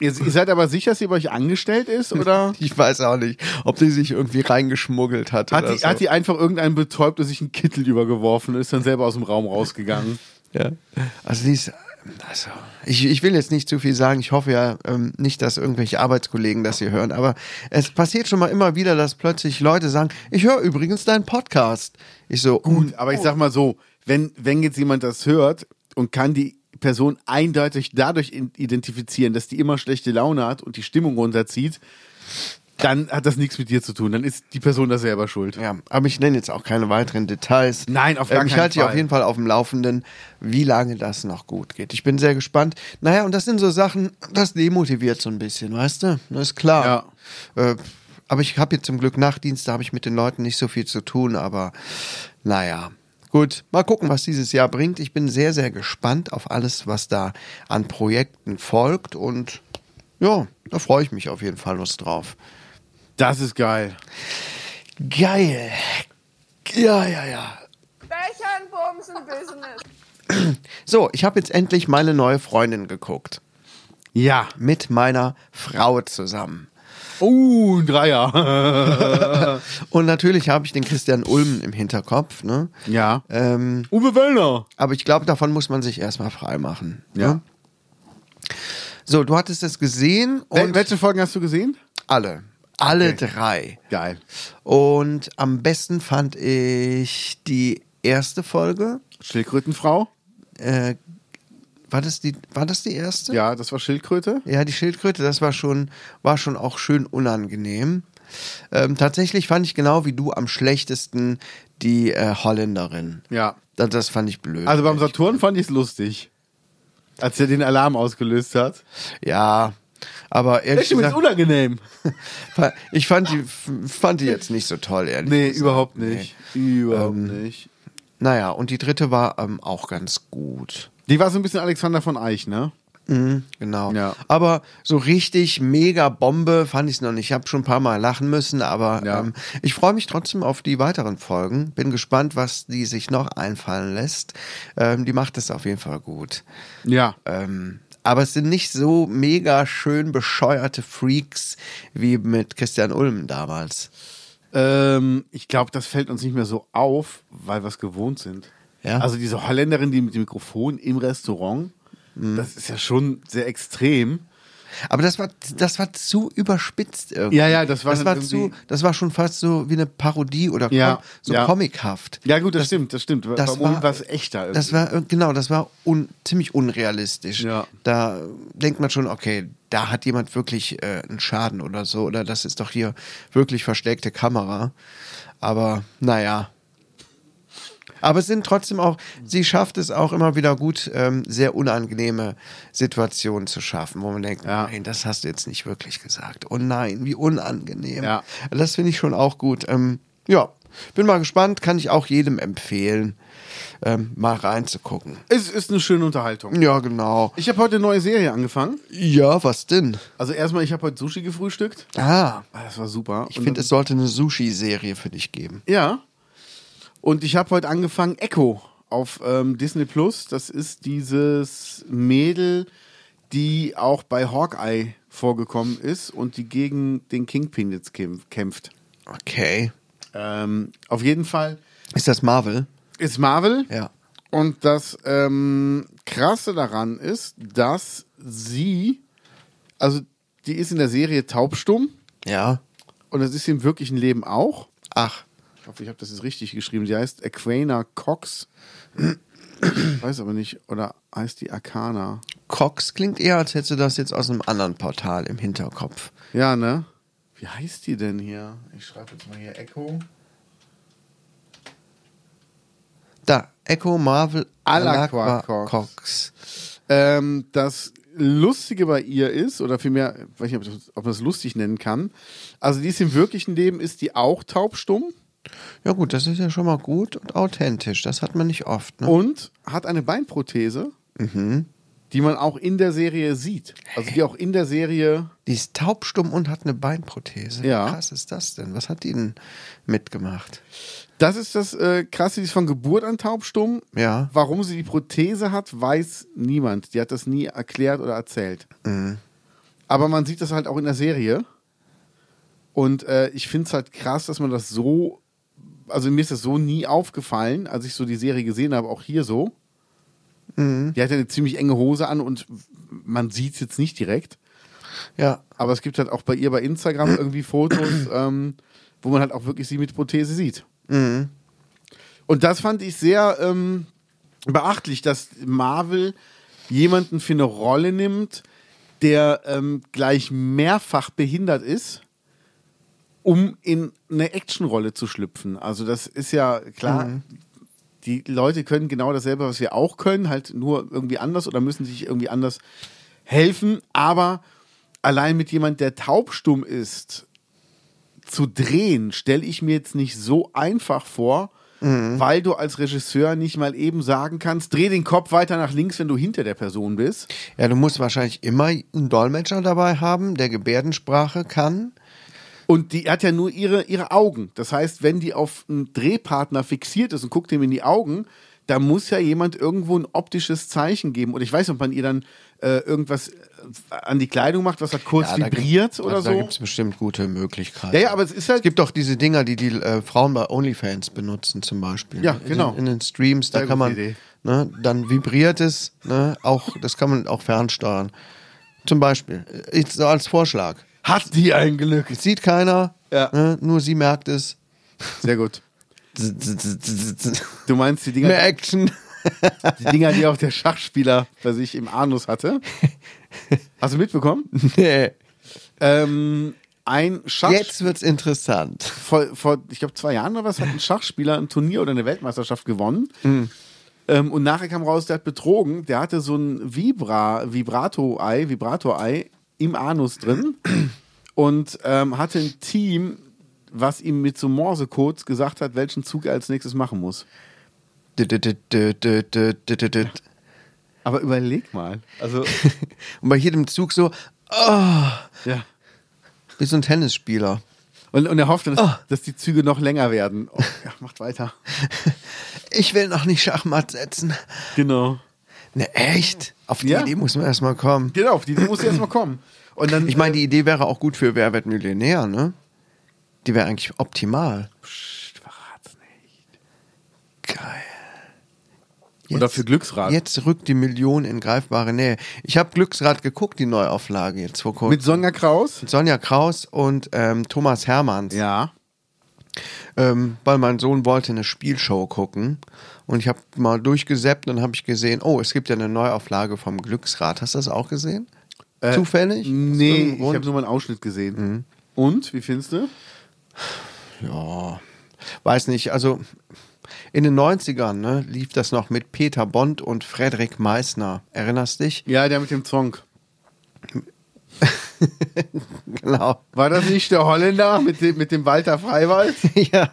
S3: Ihr, ihr seid aber sicher, dass sie bei euch angestellt ist, oder?
S2: ich weiß auch nicht, ob die sich irgendwie reingeschmuggelt hat.
S3: Hat
S2: oder
S3: die,
S2: so.
S3: hat die einfach irgendeinen betäubt und sich einen Kittel übergeworfen und ist dann selber aus dem Raum rausgegangen.
S2: Ja. Also die ist, also ich, ich will jetzt nicht zu viel sagen. Ich hoffe ja ähm, nicht, dass irgendwelche Arbeitskollegen das hier hören. Aber es passiert schon mal immer wieder, dass plötzlich Leute sagen: Ich höre übrigens deinen Podcast. Ich so uh, gut.
S3: Aber ich sag mal so, wenn, wenn jetzt jemand das hört und kann die Person eindeutig dadurch in- identifizieren, dass die immer schlechte Laune hat und die Stimmung runterzieht, dann hat das nichts mit dir zu tun. Dann ist die Person da selber schuld.
S2: Ja, aber ich nenne jetzt auch keine weiteren Details. Ähm,
S3: Nein, auf gar
S2: Ich
S3: keinen
S2: halte dich
S3: Fall.
S2: auf jeden Fall auf dem Laufenden, wie lange das noch gut geht. Ich bin sehr gespannt. Naja, und das sind so Sachen, das demotiviert so ein bisschen, weißt du? Das ist klar. Äh, aber ich habe jetzt zum Glück Nachtdienst, da habe ich mit den Leuten nicht so viel zu tun, aber naja. Gut, mal gucken, was dieses Jahr bringt. Ich bin sehr, sehr gespannt auf alles, was da an Projekten folgt und ja, da freue ich mich auf jeden Fall los drauf.
S3: Das ist geil.
S2: Geil. Ja, ja, ja.
S8: Bechern, Bumsen, Business.
S2: So, ich habe jetzt endlich meine neue Freundin geguckt.
S3: Ja.
S2: Mit meiner Frau zusammen.
S3: Oh, ein Dreier.
S2: Und natürlich habe ich den Christian Ulmen im Hinterkopf. Ne?
S3: ja.
S2: Ähm,
S3: Uwe Wöllner.
S2: aber ich glaube, davon muss man sich erstmal freimachen.
S3: Ja.
S2: Ne? So, du hattest es gesehen und
S3: Wel- welche Folgen hast du gesehen?
S2: alle. Alle drei.
S3: Geil.
S2: Und am besten fand ich die erste Folge.
S3: Schildkrötenfrau?
S2: Äh, war, das die, war das die erste?
S3: Ja, das war Schildkröte.
S2: Ja, die Schildkröte, das war schon, war schon auch schön unangenehm. Ähm, tatsächlich fand ich genau wie du am schlechtesten die äh, Holländerin.
S3: Ja.
S2: Das, das fand ich blöd.
S3: Also beim Saturn fand ich es lustig. Als er den Alarm ausgelöst hat.
S2: ja, aber
S3: Das
S2: ehrlich
S3: ist übrigens
S2: gesagt,
S3: unangenehm.
S2: ich fand die, fand die jetzt nicht so toll, ehrlich
S3: Nee,
S2: gesagt.
S3: überhaupt nicht. Überhaupt
S2: Ähm.
S3: nicht.
S2: Naja, und die dritte war ähm, auch ganz gut.
S3: Die war so ein bisschen Alexander von Eich, ne?
S2: Mhm, genau.
S3: Ja.
S2: Aber so richtig mega Bombe fand ich es noch nicht. Ich habe schon ein paar Mal lachen müssen, aber
S3: Ja.
S2: ähm, ich freue mich trotzdem auf die weiteren Folgen. Bin gespannt, was die sich noch einfallen lässt. Ähm, die macht es auf jeden Fall gut.
S3: Ja.
S2: Ähm, aber es sind nicht so mega schön bescheuerte Freaks wie mit Christian Ulm damals.
S3: Ähm, ich glaube, das fällt uns nicht mehr so auf, weil wir es gewohnt sind.
S2: Ja.
S3: Also diese Holländerin, die mit dem Mikrofon im Restaurant, das ist ja schon sehr extrem.
S2: Aber das war, das war zu überspitzt irgendwie.
S3: Ja, ja, das war
S2: das war zu,
S3: irgendwie-
S2: das war schon fast so wie eine Parodie oder
S3: Ja,
S2: kom so
S3: ja.
S2: comichaft.
S3: Ja gut, das, stimmt, das stimmt.
S2: das
S3: Beim
S2: war-
S3: Omi war es echter.
S2: Das war, äh, genau, das war un, ziemlich unrealistisch.
S3: Ja.
S2: Da denkt man schon, okay, da hat jemand wirklich äh, einen Schaden oder so, oder das ist doch hier wirklich versteckte Kamera. Aber naja. Aber es sind trotzdem auch, sie schafft es auch immer wieder gut, ähm, sehr unangenehme Situationen zu schaffen, wo man denkt,
S3: Ja.
S2: nein, das hast du jetzt nicht wirklich gesagt. Oh nein, wie unangenehm.
S3: Ja.
S2: Das finde ich schon auch gut. Ähm, ja, bin mal gespannt, kann ich auch jedem empfehlen, ähm, mal reinzugucken.
S3: es ist eine schöne Unterhaltung.
S2: Ja, genau.
S3: Ich habe heute eine neue Serie angefangen.
S2: Ja, was denn?
S3: Also erstmal, ich habe heute Sushi gefrühstückt.
S2: Ah,
S3: Ah, Das war super.
S2: ich finde, es sollte eine Sushi-Serie für dich geben.
S3: Ja. Und ich habe heute angefangen, Echo auf ähm, Disney Plus. Das ist dieses Mädel, die auch bei Hawkeye vorgekommen ist und die gegen den Kingpin jetzt kämp- kämpft.
S2: Okay.
S3: Ähm, auf jeden Fall
S2: Ist das Marvel?
S3: ist Marvel.
S2: Ja.
S3: Und das ähm, Krasse daran ist, dass sie, also die ist in der Serie taubstumm
S2: Ja.
S3: und das ist im wirklichen Leben auch.
S2: Ach,
S3: Ich hoffe, ich habe das jetzt richtig geschrieben. Sie heißt Aquana Cox. Ich weiß aber nicht. Oder heißt die Arcana?
S2: Cox klingt eher, als hättest du das jetzt aus einem anderen Portal im Hinterkopf.
S3: Ja, ne? Wie heißt die denn hier? Ich schreibe jetzt mal hier Echo.
S2: Da, Echo Marvel
S3: Alakwa
S2: Alakwa
S3: Cox.
S2: Cox.
S3: Ähm, das Lustige bei ihr ist, oder vielmehr, weiß nicht, ob, das, ob man das lustig nennen kann. Also, die ist im wirklichen Leben, ist die auch taubstumm
S2: Ja gut, das ist ja schon mal gut und authentisch. Das hat man nicht oft. Ne?
S3: und hat eine Beinprothese, die man auch in der Serie sieht. Also, die auch in der Serie
S2: Die ist taubstumm und hat eine Beinprothese.
S3: Ja.
S2: Wie krass ist das denn? Was hat die denn mitgemacht?
S3: Das ist das äh, Krasse, die ist von Geburt an taubstumm.
S2: Ja.
S3: Warum sie die Prothese hat, weiß niemand. Die hat das nie erklärt oder erzählt. Aber man sieht das halt auch in der Serie. Und äh, ich finde es halt krass, dass man das so, also mir ist das so nie aufgefallen, als ich so die Serie gesehen habe, auch hier so. Die hat ja eine ziemlich enge Hose an und man sieht es jetzt nicht direkt.
S2: Ja.
S3: Aber es gibt halt auch bei ihr bei Instagram irgendwie Fotos, ähm, wo man halt auch wirklich sie mit Prothese sieht. Und das fand ich sehr ähm, beachtlich, dass Marvel jemanden für eine Rolle nimmt, der ähm, gleich mehrfach behindert ist, um in eine Actionrolle zu schlüpfen. Also das ist ja klar. Die Leute können genau dasselbe, was wir auch können, halt nur irgendwie anders oder müssen sich irgendwie anders helfen. Aber allein mit jemand, der taubstumm ist, zu drehen, stelle ich mir jetzt nicht so einfach vor, weil du als Regisseur nicht mal eben sagen kannst, dreh den Kopf weiter nach links, wenn du hinter der Person bist.
S2: Ja, du musst wahrscheinlich immer einen Dolmetscher dabei haben, der Gebärdensprache kann.
S3: Und die hat ja nur ihre, ihre Augen. Das heißt, wenn die auf einen Drehpartner fixiert ist und guckt ihm in die Augen, da muss ja jemand irgendwo ein optisches Zeichen geben. Und ich weiß nicht, ob man ihr dann äh, irgendwas an die Kleidung macht, was halt kurz
S2: Ja, da
S3: vibriert
S2: gibt-
S3: oder
S2: also Da
S3: so.
S2: gibt es bestimmt gute Möglichkeiten.
S3: Ja, ja, aber es ist halt-
S2: Es gibt doch diese Dinger, die die äh, Frauen bei OnlyFans benutzen, zum Beispiel.
S3: Ja,
S2: In den-
S3: genau.
S2: In den Streams, da
S3: Sehr
S2: kann
S3: gute
S2: man.
S3: Idee.
S2: Ne, dann vibriert es, ne, auch, das kann man auch fernsteuern. Zum Beispiel. äh, Ich, so als Vorschlag.
S3: Hat die ein Glück.
S2: Es sieht keiner,
S3: Ja.
S2: ne, nur sie merkt es.
S3: Sehr gut. Du meinst die Dinger,
S2: Mehr Action.
S3: die Dinger, die auch der Schachspieler bei sich im Anus hatte? Hast du mitbekommen?
S2: nee.
S3: Ähm, ein Schach
S2: Jetzt wird's interessant.
S3: vor, vor ich glaube, zwei Jahren oder was, hat ein Schachspieler ein Turnier oder eine Weltmeisterschaft gewonnen. Ähm, und nachher kam raus, der hat betrogen. Der hatte so ein Vibra, Vibrato-Ei, Vibrator-Ei im Anus drin und ähm, hatte ein Team, was ihm mit so Morsecodes gesagt hat, welchen Zug er als nächstes machen muss.
S2: Dü- dü- dü- dü- dü- dü- dü- dü- dü.
S3: Aber überleg mal. Also,
S2: Und bei jedem Zug so, oh,
S3: ja.
S2: wie so ein Tennisspieler.
S3: Und, und er hoffte, dass,
S2: Oh.
S3: dass die Züge noch länger werden. Oh, ja, macht weiter.
S2: Ich will noch nicht Schachmatt setzen.
S3: Genau.
S2: Ne, echt? Auf die
S3: Ja.
S2: Idee muss man erstmal kommen.
S3: Genau, auf die muss erst mal kommen. Und dann,
S2: Ich meine, die Idee wäre auch gut für Wer wird Millionär, ne? Die wäre eigentlich optimal.
S3: Psst, verrat's nicht.
S2: Geil.
S3: Oder für Glücksrad.
S2: Jetzt rückt die Million in greifbare Nähe. Ich habe Glücksrad geguckt, die Neuauflage jetzt vor kurzem.
S3: Mit Sonja Kraus?
S2: Mit Sonja Kraus und ähm, Thomas Hermanns.
S3: Ja.
S2: ähm, weil mein Sohn wollte eine Spielshow gucken und ich habe mal durchgesäppt und habe ich gesehen, oh, es gibt ja eine Neuauflage vom Glücksrad. Hast du das auch gesehen? Zufällig? Aus
S3: Äh, Nee,
S2: irgendeinem
S3: ich
S2: Grund?
S3: habe nur mal einen Mhm. Ausschnitt gesehen. Und, wie findest du?
S2: ja, weiß nicht. Also in den 90ern ne, lief das noch mit Peter Bond und Frederik Meissner. Erinnerst dich?
S3: Ja, der mit dem Song.
S2: Genau.
S3: War das nicht der Holländer mit dem, mit dem Walter Freiwald?
S2: ja.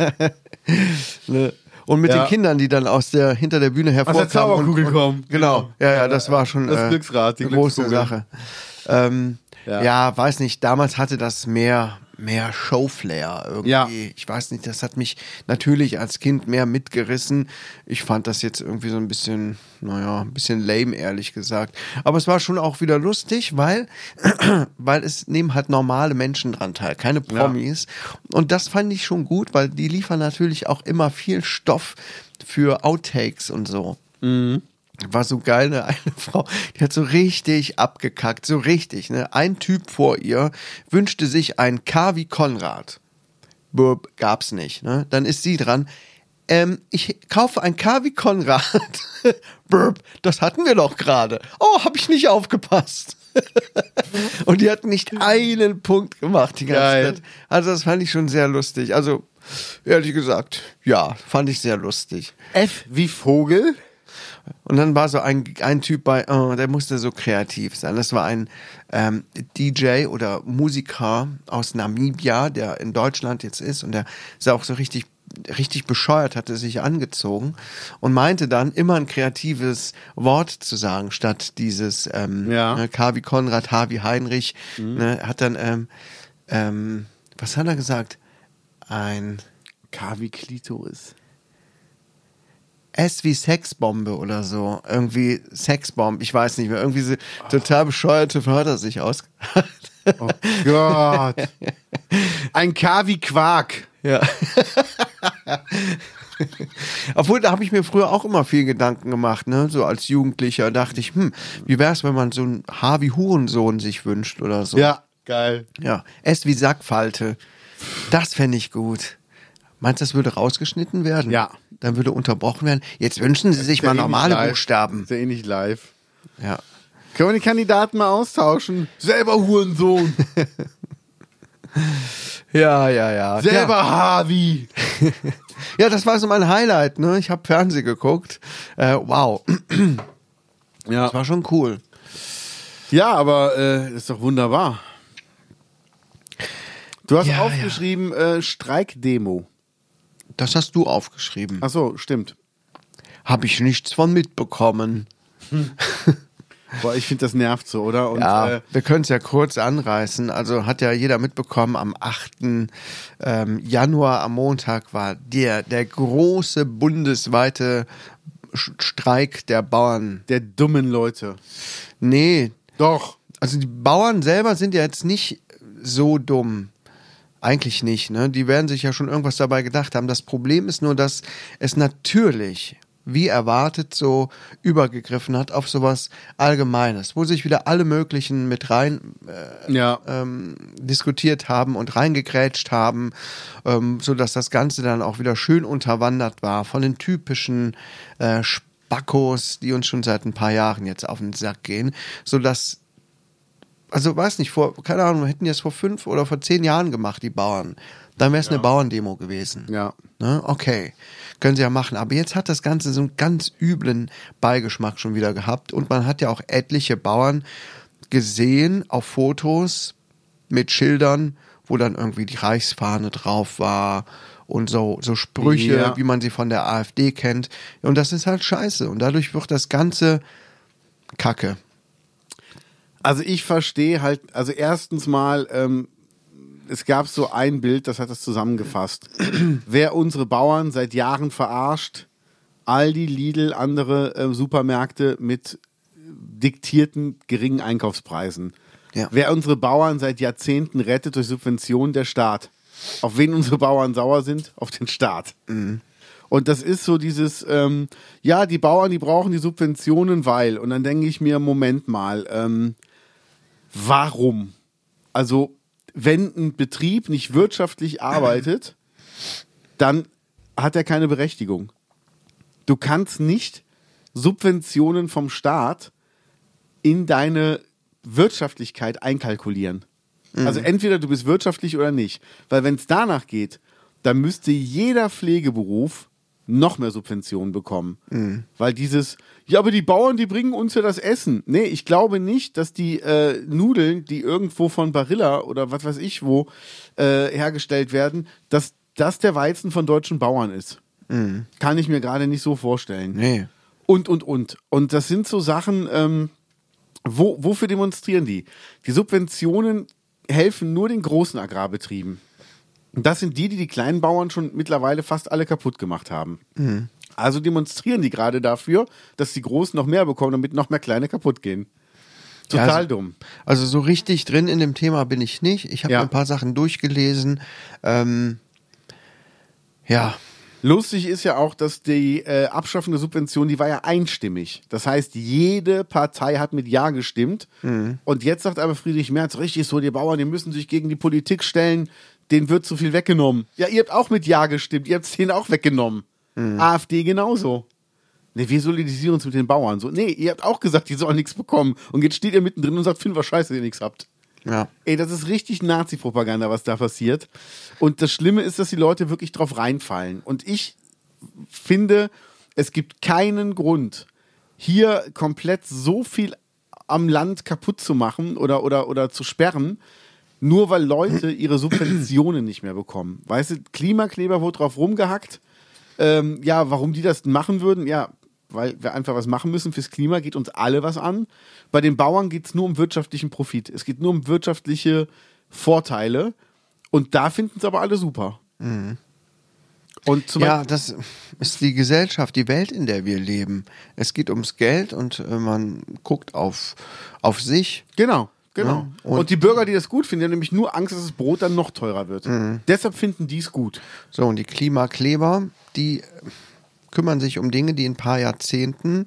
S2: ne. Und mit
S3: Ja.
S2: den Kindern, die dann aus der hinter der Bühne hervorkamen.
S3: Zauberkugel
S2: und, und,
S3: kommen.
S2: Genau. Ja, ja, das war schon äh,
S3: Das Glücksrad, die
S2: eine große Sache.
S3: Glückskugel.
S2: Ähm,
S3: Ja.
S2: ja. weiß nicht. Damals hatte das mehr mehr Showflair irgendwie.
S3: Ja.
S2: Ich weiß nicht. Das hat mich natürlich als Kind mehr mitgerissen. Ich fand das jetzt irgendwie so ein bisschen, naja, ein bisschen lame ehrlich gesagt. Aber es war schon auch wieder lustig, weil weil es nehmen halt normale Menschen dran teil, keine Promis. Und das fand ich schon gut, weil die liefern natürlich auch immer viel Stoff für Outtakes und so. War so geil, ne? eine Frau, die hat so richtig abgekackt, so richtig. Ne? Ein Typ vor ihr wünschte sich ein K wie Konrad. Burp, gab's nicht. Ne? Dann ist sie dran. Ähm, ich kaufe ein K wie Konrad. Burp, das hatten wir doch gerade. Oh, hab ich nicht aufgepasst. Und die hat nicht einen Punkt gemacht die ganze
S3: Geil.
S2: Zeit. Also das fand ich schon sehr lustig. Also ehrlich gesagt, ja, fand ich sehr lustig.
S3: F wie Vogel?
S2: Und dann war so ein, ein Typ bei, oh, der musste so kreativ sein. Das war ein ähm, DJ oder Musiker aus Namibia, der in Deutschland jetzt ist und der sah auch so richtig, richtig bescheuert, hatte sich angezogen und meinte dann immer ein kreatives Wort zu sagen, statt dieses ähm,
S3: Ja.
S2: ne, K wie Konrad, H wie Heinrich. Ne, hat dann, ähm, ähm, was hat er gesagt? Ein
S3: K wie Klitoris.
S2: S wie Sexbombe oder so. Irgendwie Sexbomb, ich weiß nicht mehr. Irgendwie so total bescheuerte Wörter sich ausgedacht.
S3: Oh Gott. Ein K wie Quark.
S2: Ja. Obwohl, da habe ich mir früher auch immer viel Gedanken gemacht, ne? So als Jugendlicher dachte ich, hm, wie wäre es, wenn man so ein H wie Hurensohn sich wünscht oder so.
S3: Ja, geil.
S2: Ja. S wie Sackfalte. Das fände ich gut. Meinst du, das würde rausgeschnitten werden?
S3: Ja.
S2: Dann würde unterbrochen werden. Jetzt wünschen Sie sich mal
S3: Sehr ähnlich
S2: normale
S3: live.
S2: Buchstaben.
S3: Sehr ähnlich live.
S2: Ja.
S3: Können wir die Kandidaten mal austauschen? Selber Hurensohn.
S2: Ja, ja, ja.
S3: Selber Harvey.
S2: Ja, das war so mein Highlight, ne? Ich habe Fernsehen geguckt. Äh, wow, das
S3: Ja,
S2: war schon cool.
S3: ja aber äh, ist doch wunderbar. Du hast
S2: Ja, ja.
S3: aufgeschrieben Äh, Streikdemo.
S2: Das hast du aufgeschrieben.
S3: Ach so, stimmt.
S2: Habe ich nichts von mitbekommen.
S3: Boah, ich finde, das nervt so, oder? Und,
S2: Ja,
S3: äh,
S2: wir können es ja kurz anreißen. Also hat ja jeder mitbekommen, am 8. Ähm, Januar am Montag war der, der große bundesweite Sch- Streik der Bauern.
S3: Der dummen Leute.
S2: Nee,
S3: Doch.
S2: also die Bauern selber sind ja jetzt nicht so dumm. Eigentlich nicht, ne? Die werden sich ja schon irgendwas dabei gedacht haben. Das Problem ist nur, dass es natürlich, wie erwartet, so übergegriffen hat auf sowas Allgemeines, wo sich wieder alle möglichen mit rein
S3: Ja.
S2: ähm, diskutiert haben und reingegrätscht haben, ähm, sodass das Ganze dann auch wieder schön unterwandert war von den typischen äh, Spackos, die uns schon seit ein paar Jahren jetzt auf den Sack gehen, sodass also weiß nicht, vor, keine Ahnung, hätten die das vor fünf oder vor zehn Jahren gemacht, die Bauern. Dann wäre es eine Bauerndemo gewesen.
S3: Ja.
S2: Ne? Okay, können sie ja machen. Aber jetzt hat das Ganze so einen ganz üblen Beigeschmack schon wieder gehabt. Und man hat ja auch etliche Bauern gesehen auf Fotos mit Schildern, wo dann irgendwie die Reichsfahne drauf war und so, so Sprüche,
S3: Ja.
S2: wie man sie von der AfD kennt. Und das ist halt scheiße. Und dadurch wird das Ganze kacke.
S3: Also ich verstehe halt, also erstens mal, ähm, es gab so ein Bild, das hat das zusammengefasst. Wer unsere Bauern seit Jahren verarscht, Aldi, Lidl, andere ähm, Supermärkte mit diktierten geringen Einkaufspreisen.
S2: Ja.
S3: Wer unsere Bauern seit Jahrzehnten rettet durch Subventionen, der Staat. Auf wen unsere Bauern sauer sind? Auf den Staat. Und das ist so dieses, ähm, ja, die Bauern, die brauchen die Subventionen, weil. Und dann denke ich mir, Moment mal, ähm, warum? Also, wenn ein Betrieb nicht wirtschaftlich arbeitet, dann hat er keine Berechtigung. Du kannst nicht Subventionen vom Staat in deine Wirtschaftlichkeit einkalkulieren. Also entweder du bist wirtschaftlich oder nicht. Weil wenn es danach geht, dann müsste jeder Pflegeberuf noch mehr Subventionen bekommen. Weil dieses, ja, aber die Bauern, die bringen uns ja das Essen. Nee, ich glaube nicht, dass die äh, Nudeln, die irgendwo von Barilla oder was weiß ich wo äh, hergestellt werden, dass das der Weizen von deutschen Bauern ist. Kann ich mir gerade nicht so vorstellen.
S2: Nee.
S3: Und, und, und. Und das sind so Sachen, ähm, wo, wofür demonstrieren die? Die Subventionen helfen nur den großen Agrarbetrieben. Und das sind die, die die kleinen Bauern schon mittlerweile fast alle kaputt gemacht haben.
S2: Mhm.
S3: Also demonstrieren die gerade dafür, dass die Großen noch mehr bekommen, damit noch mehr Kleine kaputt gehen. Total
S2: Ja, also-
S3: dumm.
S2: Also so richtig drin in dem Thema bin ich nicht. Ich habe
S3: Ja.
S2: mir ein paar Sachen durchgelesen. Ähm, ja,
S3: Lustig ist ja auch, dass die äh, Abschaffung der Subvention, die war ja einstimmig. Das heißt, jede Partei hat mit Ja gestimmt. Und jetzt sagt aber Friedrich Merz, richtig so, die Bauern, die müssen sich gegen die Politik stellen, denen wird zu viel weggenommen. Ja, ihr habt auch mit Ja gestimmt, ihr habt es denen auch weggenommen. AfD genauso. Nee, wir solidarisieren uns mit den Bauern. So, nee, ihr habt auch gesagt, die sollen nichts bekommen. Und jetzt steht ihr mittendrin und sagt, find was scheiße, dass ihr nichts habt.
S2: ja.
S3: Ey, das ist richtig Nazi-Propaganda, was da passiert. Und das Schlimme ist, dass die Leute wirklich drauf reinfallen. Und ich finde, es gibt keinen Grund, hier komplett so viel am Land kaputt zu machen oder, oder, oder zu sperren, nur weil Leute ihre Subventionen nicht mehr bekommen. Weißt du, Klimakleber wurde drauf rumgehackt. Ähm, ja, warum die das machen würden, ja, weil wir einfach was machen müssen. Fürs Klima geht uns alle was an. Bei den Bauern geht es nur um wirtschaftlichen Profit. Es geht nur um wirtschaftliche Vorteile. Und da finden es aber alle super. Und zum
S2: ja, das ist die Gesellschaft, die Welt, in der wir leben. Es geht ums Geld und äh, man guckt auf, auf sich.
S3: Genau, genau.
S2: Ja,
S3: und,
S2: Ne? und-
S3: die Bürger, die das gut finden, die haben nämlich nur Angst, dass das Brot dann noch teurer wird.
S2: Mhm.
S3: Deshalb finden die es gut.
S2: So, und die Klimakleber, die kümmern sich um Dinge, die in ein paar Jahrzehnten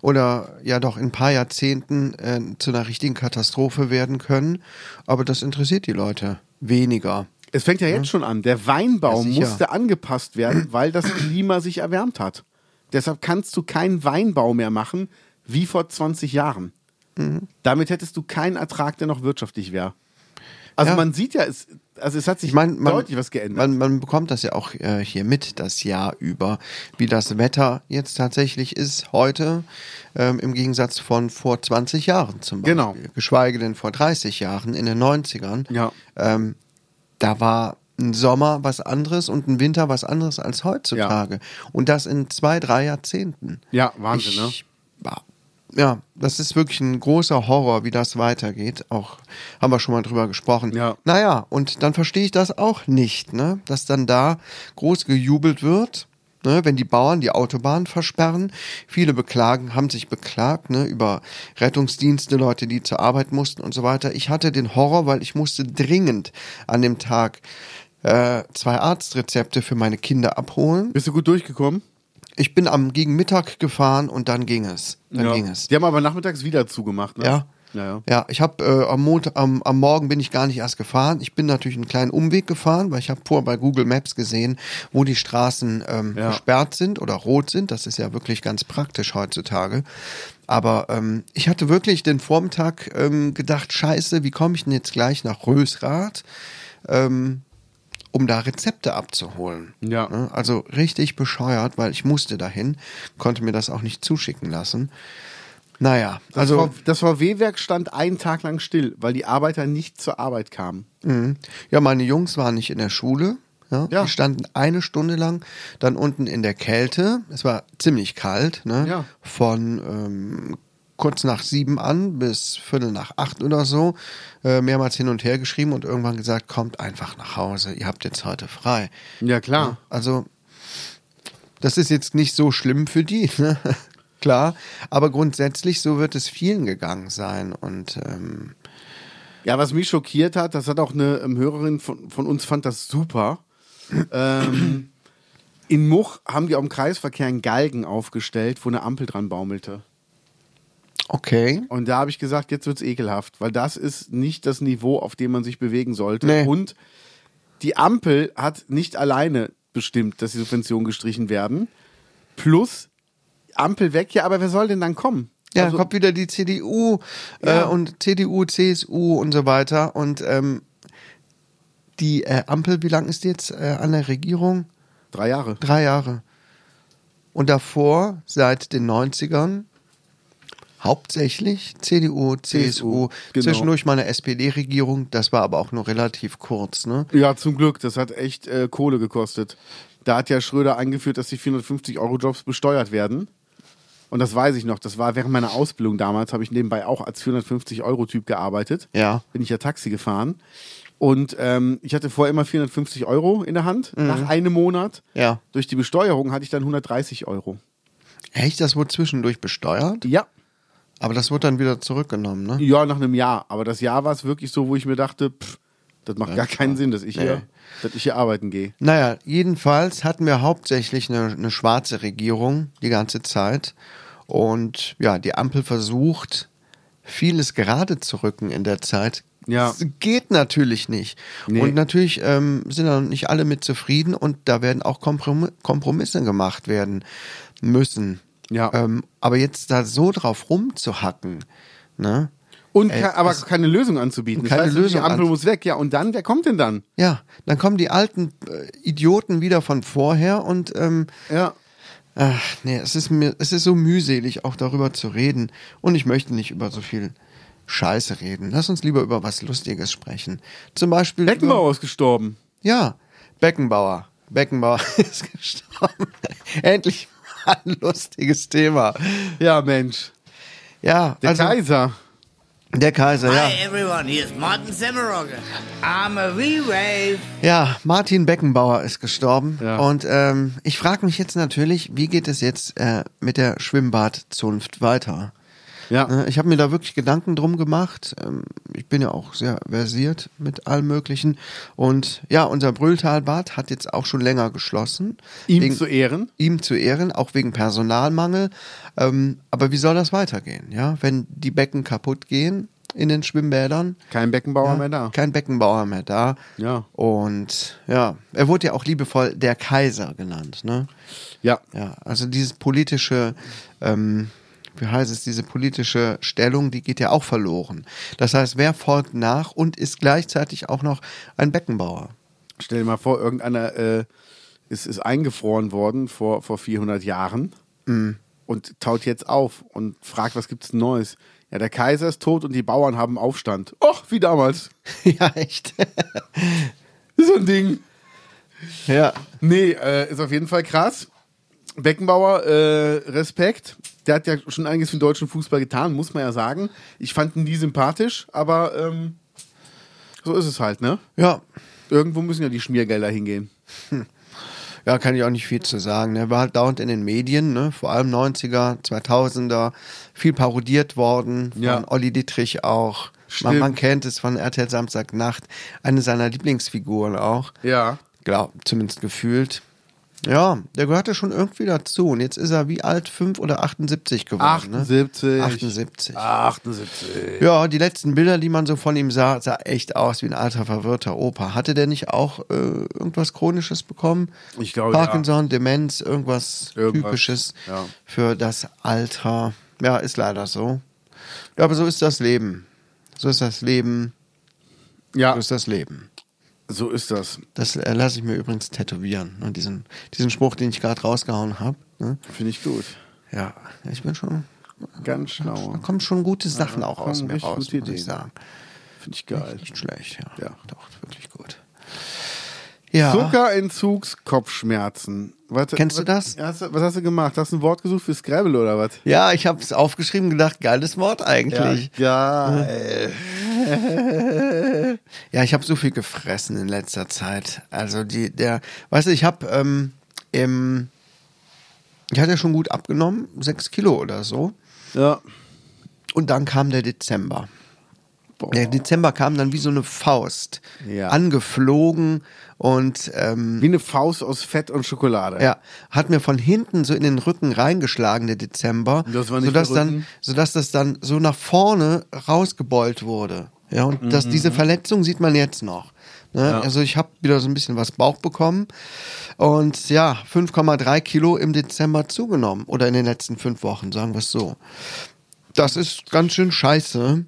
S2: oder ja doch in ein paar Jahrzehnten äh, zu einer richtigen Katastrophe werden können. Aber das interessiert die Leute weniger.
S3: Es fängt ja jetzt schon an. Der Weinbau
S2: Ja, sicher.
S3: musste angepasst werden, weil das Klima sich erwärmt hat. Deshalb kannst du keinen Weinbau mehr machen wie vor 20 Jahren.
S2: Mhm.
S3: Damit hättest du keinen Ertrag, der noch wirtschaftlich wäre. Also
S2: Ja.
S3: man sieht ja, es, also es hat sich
S2: Ich meine, man,
S3: deutlich was geändert.
S2: Man, man bekommt das ja auch äh, hier mit, das Jahr über, wie das Wetter jetzt tatsächlich ist heute, ähm, im Gegensatz von vor 20 Jahren zum Beispiel.
S3: Genau.
S2: Geschweige denn vor 30 Jahren, in den 90ern.
S3: Ja.
S2: Ähm, da war ein Sommer was anderes und ein Winter was anderes als heutzutage. Und das in zwei, drei Jahrzehnten.
S3: Ja, Wahnsinn, ne?
S2: Bah. Ja, das ist wirklich ein großer Horror, wie das weitergeht. Auch haben wir schon mal drüber gesprochen.
S3: Ja.
S2: Naja, und dann verstehe ich das auch nicht, ne? Dass dann da groß gejubelt wird Ne, wenn die Bauern die Autobahn versperren, viele beklagen, haben sich beklagt ne, über Rettungsdienste, Leute, die zur Arbeit mussten und so weiter. Ich hatte den Horror, weil ich musste dringend an dem Tag äh, zwei Arztrezepte für meine Kinder abholen.
S3: Bist du gut durchgekommen?
S2: Ich bin am gegen Mittag gefahren und dann ging es. Dann
S3: ja.
S2: ging es.
S3: Die haben aber nachmittags wieder zugemacht, ne?
S2: Ja.
S3: Ja, ja.
S2: Ja, ich habe äh, am, Mont- am, am Morgen bin ich gar nicht erst gefahren. Ich bin natürlich einen kleinen Umweg gefahren, weil ich habe vorher bei Google Maps gesehen, wo die Straßen ähm,
S3: Ja.
S2: gesperrt sind oder rot sind. Das ist ja wirklich ganz praktisch heutzutage. Aber ähm, ich hatte wirklich den Vormittag ähm, gedacht, scheiße, wie komme ich denn jetzt gleich nach Rösrath, ähm, um da Rezepte abzuholen.
S3: Ja.
S2: Ne? Also richtig bescheuert, weil ich musste dahin, konnte mir das auch nicht zuschicken lassen. Naja,
S3: Das
S2: also...
S3: V- das VW-Werk stand einen Tag lang still, weil die Arbeiter nicht zur Arbeit kamen.
S2: Mhm. Ja, meine Jungs waren nicht in der Schule. Ja,
S3: Ja.
S2: Die standen eine Stunde lang dann unten in der Kälte. Es war ziemlich kalt, ne?
S3: Ja.
S2: Von ähm, kurz nach sieben an bis viertel nach acht oder so. Äh, mehrmals hin und her geschrieben und irgendwann gesagt, kommt einfach nach Hause, ihr habt jetzt heute frei.
S3: Ja, klar.
S2: Also, das ist jetzt nicht so schlimm für die, ne? Klar, aber grundsätzlich so wird es vielen gegangen sein. Und ähm,
S3: Ja, was mich schockiert hat, das hat auch eine ähm, Hörerin von, von uns fand das super. ähm, in Much haben die am Kreisverkehr einen Galgen aufgestellt, wo eine Ampel dran baumelte.
S2: okay.
S3: Und da habe ich gesagt, jetzt wird's ekelhaft, weil das ist nicht das Niveau, auf dem man sich bewegen sollte.
S2: Nee.
S3: Und die Ampel hat nicht alleine bestimmt, dass die Subventionen gestrichen werden. Plus Ampel weg, ja, aber wer soll denn dann kommen?
S2: Ja,
S3: Also-
S2: dann kommt wieder die CDU äh,
S3: Ja.
S2: und CDU, CSU und so weiter. Und ähm, die äh, Ampel, wie lang ist die jetzt äh, an der Regierung?
S3: Drei Jahre.
S2: Drei Jahre. Und davor, seit den 90ern, hauptsächlich CDU, CSU,
S3: CSU, genau.
S2: zwischendurch mal eine SPD-Regierung, das war aber auch nur relativ kurz. Ne?
S3: Ja, zum Glück. Das hat echt äh, Kohle gekostet. Da hat ja Schröder eingeführt, dass die 450-Euro-Jobs besteuert werden. Und das weiß ich noch. Das war während meiner Ausbildung damals, habe ich nebenbei auch als 450-Euro-Typ gearbeitet.
S2: Ja.
S3: Bin ich ja Taxi gefahren. Und ähm, ich hatte vorher immer 450 Euro in der Hand. Nach einem Monat.
S2: Ja.
S3: Durch die Besteuerung hatte ich dann 130 Euro.
S2: Echt, das wurde zwischendurch besteuert,
S3: Ja.
S2: aber das wurde dann wieder zurückgenommen. Ne?
S3: Ja, nach einem Jahr. Aber das Jahr war es wirklich so, wo ich mir dachte, pff, das macht gar keinen Sinn, dass ich, hier, dass ich hier arbeiten gehe.
S2: Naja, jedenfalls hatten wir hauptsächlich eine, eine schwarze Regierung die ganze Zeit. Und ja, die Ampel versucht, vieles gerade zu rücken in der Zeit.
S3: Ja.
S2: Das geht natürlich nicht.
S3: Nee.
S2: Und natürlich ähm, sind dann nicht alle mit zufrieden und da werden auch Komprom Kompromisse gemacht werden müssen.
S3: Ja.
S2: Ähm, aber jetzt da so drauf rumzuhacken, ne?
S3: Und
S2: Ey,
S3: ke aber
S2: es-
S3: keine Lösung anzubieten.
S2: Keine
S3: Die
S2: Lösung
S3: Ampel
S2: an-
S3: muss weg, ja. Und dann, wer kommt denn dann?
S2: Ja, dann kommen die alten äh, Idioten wieder von vorher und ähm,
S3: Ja.
S2: Ach, nee, es ist mir, es ist so mühselig, auch darüber zu reden. Und ich möchte nicht über so viel Scheiße reden. Lass uns lieber über was Lustiges sprechen. Zum Beispiel. Über,
S3: Beckenbauer ist gestorben.
S2: ja, Beckenbauer. Beckenbauer ist gestorben. Endlich mal ein lustiges Thema.
S3: Ja, Mensch.
S2: Ja,
S3: Der
S2: also,
S3: Kaiser.
S2: der Kaiser, ja.
S1: Hi everyone, here's Martin Semmerogger. I'm a V-Wave.
S2: Ja, Martin Beckenbauer ist gestorben.
S3: Ja.
S2: Und ähm, ich frage mich jetzt natürlich, wie geht es jetzt äh, mit der Schwimmbadzunft weiter?
S3: Ja.
S2: Ne, Ich habe mir da wirklich Gedanken drum gemacht. Ähm, Ich bin ja auch sehr versiert mit allem Möglichen. Und ja, unser Brühltalbad hat jetzt auch schon länger geschlossen.
S3: Ihm
S2: wegen,
S3: zu Ehren.
S2: ihm zu Ehren, auch wegen Personalmangel. Ähm, aber wie soll das weitergehen? Ja, wenn die Becken kaputt gehen in den Schwimmbädern,
S3: Kein Beckenbauer
S2: ja,
S3: mehr da.
S2: kein Beckenbauer mehr da.
S3: Ja.
S2: Und ja, er wurde ja auch liebevoll der Kaiser genannt. Ne?
S3: Ja.
S2: Ja, also dieses politische, ähm, wie heißt es, diese politische Stellung, die geht ja auch verloren. Das heißt, wer folgt nach und ist gleichzeitig auch noch ein Beckenbauer?
S3: Stell dir mal vor, irgendeiner äh, ist, ist eingefroren worden vor, vor 400 Jahren
S2: Mhm.
S3: und taut jetzt auf und fragt, was gibt's Neues? Ja, der Kaiser ist tot und die Bauern haben Aufstand. Och, wie damals.
S2: ja, echt.
S3: So ein Ding.
S2: ja.
S3: Nee, äh, ist auf jeden Fall krass. Beckenbauer, äh, Respekt. Der hat ja schon einiges für den deutschen Fußball getan, muss man ja sagen. Ich fand ihn nie sympathisch, aber ähm, so ist es halt, ne?
S2: Ja,
S3: Irgendwo müssen ja die Schmiergelder hingehen.
S2: Ja, kann ich auch nicht viel zu sagen. Ne? War halt dauernd in den Medien, ne? vor allem 90er, 2000er, viel parodiert worden, von
S3: Ja.
S2: Olli Dietrich auch. Man,
S3: Stimmt.
S2: man kennt es von RTL Samstagnacht, eine seiner Lieblingsfiguren auch.
S3: Ja.
S2: Glaub, zumindest gefühlt. Ja, der gehörte schon irgendwie dazu. Und jetzt ist er wie alt? 5 oder 78 geworden?
S3: 78.
S2: Ne? 78.
S3: 78.
S2: Ja, die letzten Bilder, die man so von ihm sah, sah echt aus wie ein alter, verwirrter Opa. Hatte der nicht auch äh, irgendwas Chronisches bekommen?
S3: Ich glaube,
S2: Parkinson, Demenz, irgendwas,
S3: Irgendwas,
S2: Typisches
S3: ja.
S2: für das Alter. Ja, ist leider so. Ja, aber so ist das Leben. So ist das Leben.
S3: Ja,
S2: So ist das Leben.
S3: so ist das.
S2: Das äh, lasse ich mir übrigens tätowieren. Ne? Diesen, diesen Spruch, den ich gerade rausgehauen habe. Ne?
S3: Finde ich gut.
S2: Ja, ich bin schon.
S3: Ganz
S2: Da
S3: schlau.
S2: kommen schon gute Sachen auch aus
S3: kommen
S2: mir
S3: richtig
S2: raus, muss
S3: gute
S2: ich
S3: Ideen.
S2: sagen.
S3: Finde ich geil.
S2: Nicht schlecht, ja.
S3: Ja.
S2: Doch, wirklich gut. Ja.
S3: Zuckerentzugskopfschmerzen. Was-
S2: Kennst du
S3: was-
S2: das?
S3: Hast, du- was hast du gemacht? Hast du ein Wort gesucht für Scrabble oder was?
S2: Ja, ich habe es aufgeschrieben, gedacht, geiles Wort eigentlich.
S3: Ja.
S2: Ja, ich habe so viel gefressen in letzter Zeit. Also die, der, weißt du, ich habe ähm, im, ich hatte schon gut abgenommen, sechs Kilo oder so.
S3: ja.
S2: Und dann kam der Dezember.
S3: Boah.
S2: Der Dezember kam dann wie so eine Faust
S3: Ja.
S2: angeflogen und ähm,
S3: Wie eine Faust aus Fett und Schokolade.
S2: Ja, hat mir von hinten so in den Rücken reingeschlagen, der Dezember,
S3: Das war nicht
S2: sodass,
S3: der
S2: dann,
S3: Rücken?
S2: sodass das dann so nach vorne rausgebeult wurde. Ja, und dass
S3: Mhm,
S2: diese Verletzung sieht man jetzt noch. Ne? Also ich habe wieder so ein bisschen was Bauch bekommen und ja, 5,3 Kilo im Dezember zugenommen oder in den letzten fünf Wochen, sagen wir es so. Das ist ganz schön scheiße.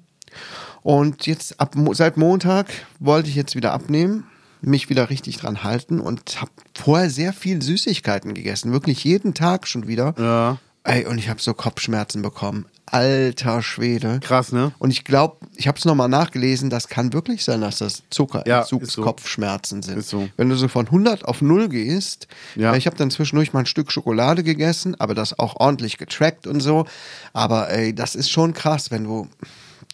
S2: Und jetzt ab Mo- seit Montag wollte ich jetzt wieder abnehmen, mich wieder richtig dran halten und habe vorher sehr viel Süßigkeiten gegessen, wirklich jeden Tag schon wieder.
S3: Ja.
S2: Ey, und ich habe so Kopfschmerzen bekommen. Alter Schwede.
S3: Krass, ne?
S2: Und ich glaube, ich habe es nochmal nachgelesen, das kann wirklich sein, dass das
S3: Ja, ist so.
S2: Zuckerentzugskopfschmerzen sind.
S3: Ist so.
S2: Wenn du so von 100 auf 0 gehst,
S3: Ja.
S2: ja. ich habe dann zwischendurch mal ein Stück Schokolade gegessen, aber das auch ordentlich getrackt und so. Aber ey, das ist schon krass, wenn du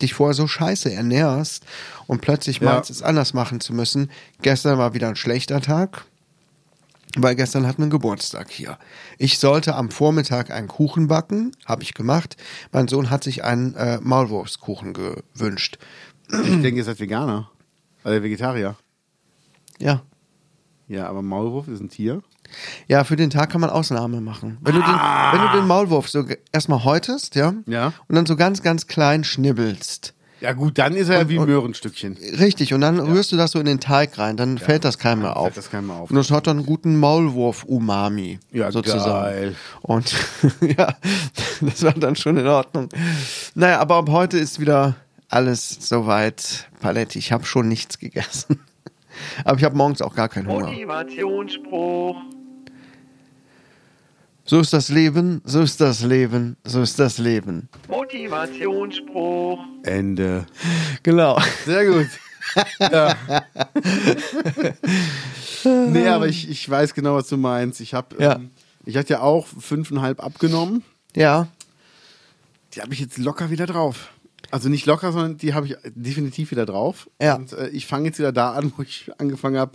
S2: dich vorher so scheiße ernährst und plötzlich
S3: Ja.
S2: meinst, es anders machen zu müssen. Gestern war wieder ein schlechter Tag. Weil gestern hatten wir einen Geburtstag hier. Ich sollte am Vormittag einen Kuchen backen, habe ich gemacht. Mein Sohn hat sich einen äh, Maulwurfskuchen gewünscht.
S3: Ich denke, ihr seid Veganer. Oder Vegetarier.
S2: Ja.
S3: Ja, aber Maulwurf ist ein Tier.
S2: Ja, für den Tag kann man Ausnahme machen. Wenn du den, wenn du den Maulwurf so ge- erstmal häutest, ja,
S3: Ah. Ja.
S2: und dann so ganz, ganz klein schnibbelst.
S3: Ja, gut, dann ist er ja wie
S2: und-
S3: Möhrenstückchen.
S2: Richtig, und dann rührst du das so in den Teig rein, dann fällt das keinem mehr auf.
S3: fällt das keinem mehr auf.
S2: Und das hat dann einen guten Maulwurf-Umami.
S3: Ja,
S2: sozusagen.
S3: geil.
S2: Und ja, das war dann schon in Ordnung. Naja, aber ab heute ist wieder alles soweit paletti. Ich habe schon nichts gegessen. Aber ich habe morgens auch gar keinen Hunger. So ist das Leben, so ist das Leben, so ist das Leben.
S3: Ende.
S2: Genau.
S3: Sehr gut. ja. nee, aber ich, ich weiß genau, was du meinst. Ich habe,
S2: Ja.
S3: ähm, ich hatte ja auch fünfeinhalb abgenommen.
S2: Ja,
S3: Die habe ich jetzt locker wieder drauf. Also nicht locker, sondern die habe ich definitiv wieder drauf.
S2: Ja.
S3: Und äh, ich fange jetzt wieder da an, wo ich angefangen habe.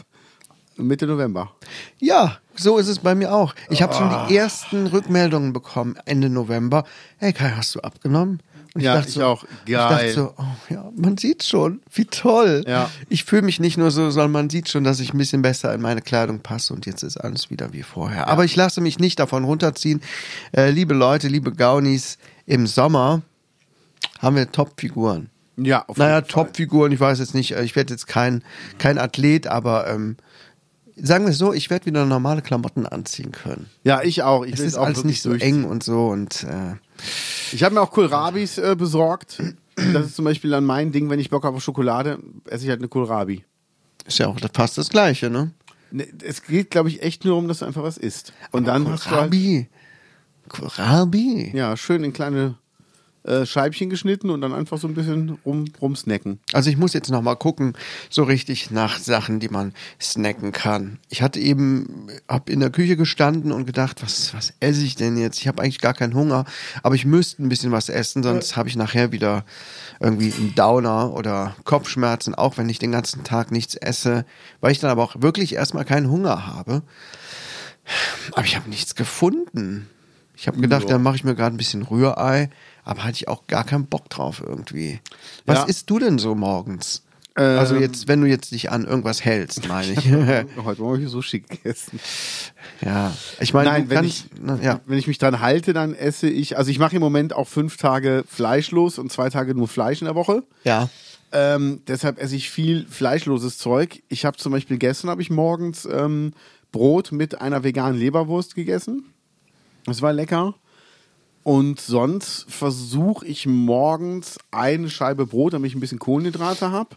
S3: Mitte November.
S2: Ja, so ist es bei mir auch. Ich habe schon
S3: Ah.
S2: die ersten Rückmeldungen bekommen Ende November. Hey Kai, hast du abgenommen? Und
S3: Ja, ich auch. Geil.
S2: Ich dachte so, oh ja, man sieht schon, wie toll.
S3: Ja.
S2: Ich fühle mich nicht nur so, sondern man sieht schon, dass ich ein bisschen besser in meine Kleidung passe und jetzt ist alles wieder wie vorher. Aber ich lasse mich nicht davon runterziehen. Äh, liebe Leute, liebe Gaunis, im Sommer haben wir Top-Figuren.
S3: Ja, auf
S2: Naja,
S3: jeden Fall.
S2: Top-Figuren, ich weiß jetzt nicht, äh, ich werde jetzt kein, kein Athlet, aber ähm, sagen wir es so, ich werde wieder normale Klamotten anziehen können.
S3: Ja, ich auch. Ich
S2: Es
S3: will
S2: ist
S3: auch
S2: alles
S3: wirklich
S2: nicht so
S3: durch-
S2: eng und so und äh,
S3: Ich habe mir auch Kohlrabis äh, besorgt. Das ist zum Beispiel dann mein Ding, wenn ich Bock habe auf Schokolade, esse ich halt eine Kohlrabi.
S2: ist ja auch das fast das Gleiche, ne?
S3: Ne, Es geht, glaube ich, echt nur um, dass du einfach was isst. Und dann hast du halt,
S2: Kohlrabi. Kohlrabi.
S3: ja, schön in kleine äh, Scheibchen geschnitten und dann einfach so ein bisschen rum, rumsnacken.
S2: Also ich muss jetzt noch mal gucken, so richtig nach Sachen, die man snacken kann. Ich hatte eben, hab in der Küche gestanden und gedacht, was, was esse ich denn jetzt? Ich habe eigentlich gar keinen Hunger, aber ich müsste ein bisschen was essen, sonst habe ich nachher wieder irgendwie einen Downer oder Kopfschmerzen, auch wenn ich den ganzen Tag nichts esse, weil ich dann aber auch wirklich erstmal keinen Hunger habe. Aber ich habe nichts gefunden. Ich habe gedacht, dann mache ich mir gerade ein bisschen Rührei, aber hatte ich auch gar keinen Bock drauf irgendwie. Was
S3: Ja. Ähm.
S2: isst du denn so morgens? also jetzt, wenn du jetzt dich an irgendwas hältst, meine ich.
S3: Heute Morgen habe ich Sushi gegessen.
S2: ja. Ich meine,
S3: Nein,
S2: du
S3: wenn
S2: kannst-
S3: ich,
S2: na, ja.
S3: wenn ich mich dran halte, dann esse ich, also ich mache im Moment auch fünf Tage fleischlos und zwei Tage nur Fleisch in der Woche.
S2: ja.
S3: Ähm, deshalb esse ich viel fleischloses Zeug. Ich habe zum Beispiel gestern habe ich morgens ähm, Brot mit einer veganen Leberwurst gegessen. Das war lecker. Und sonst versuche ich morgens eine Scheibe Brot, damit ich ein bisschen Kohlenhydrate habe.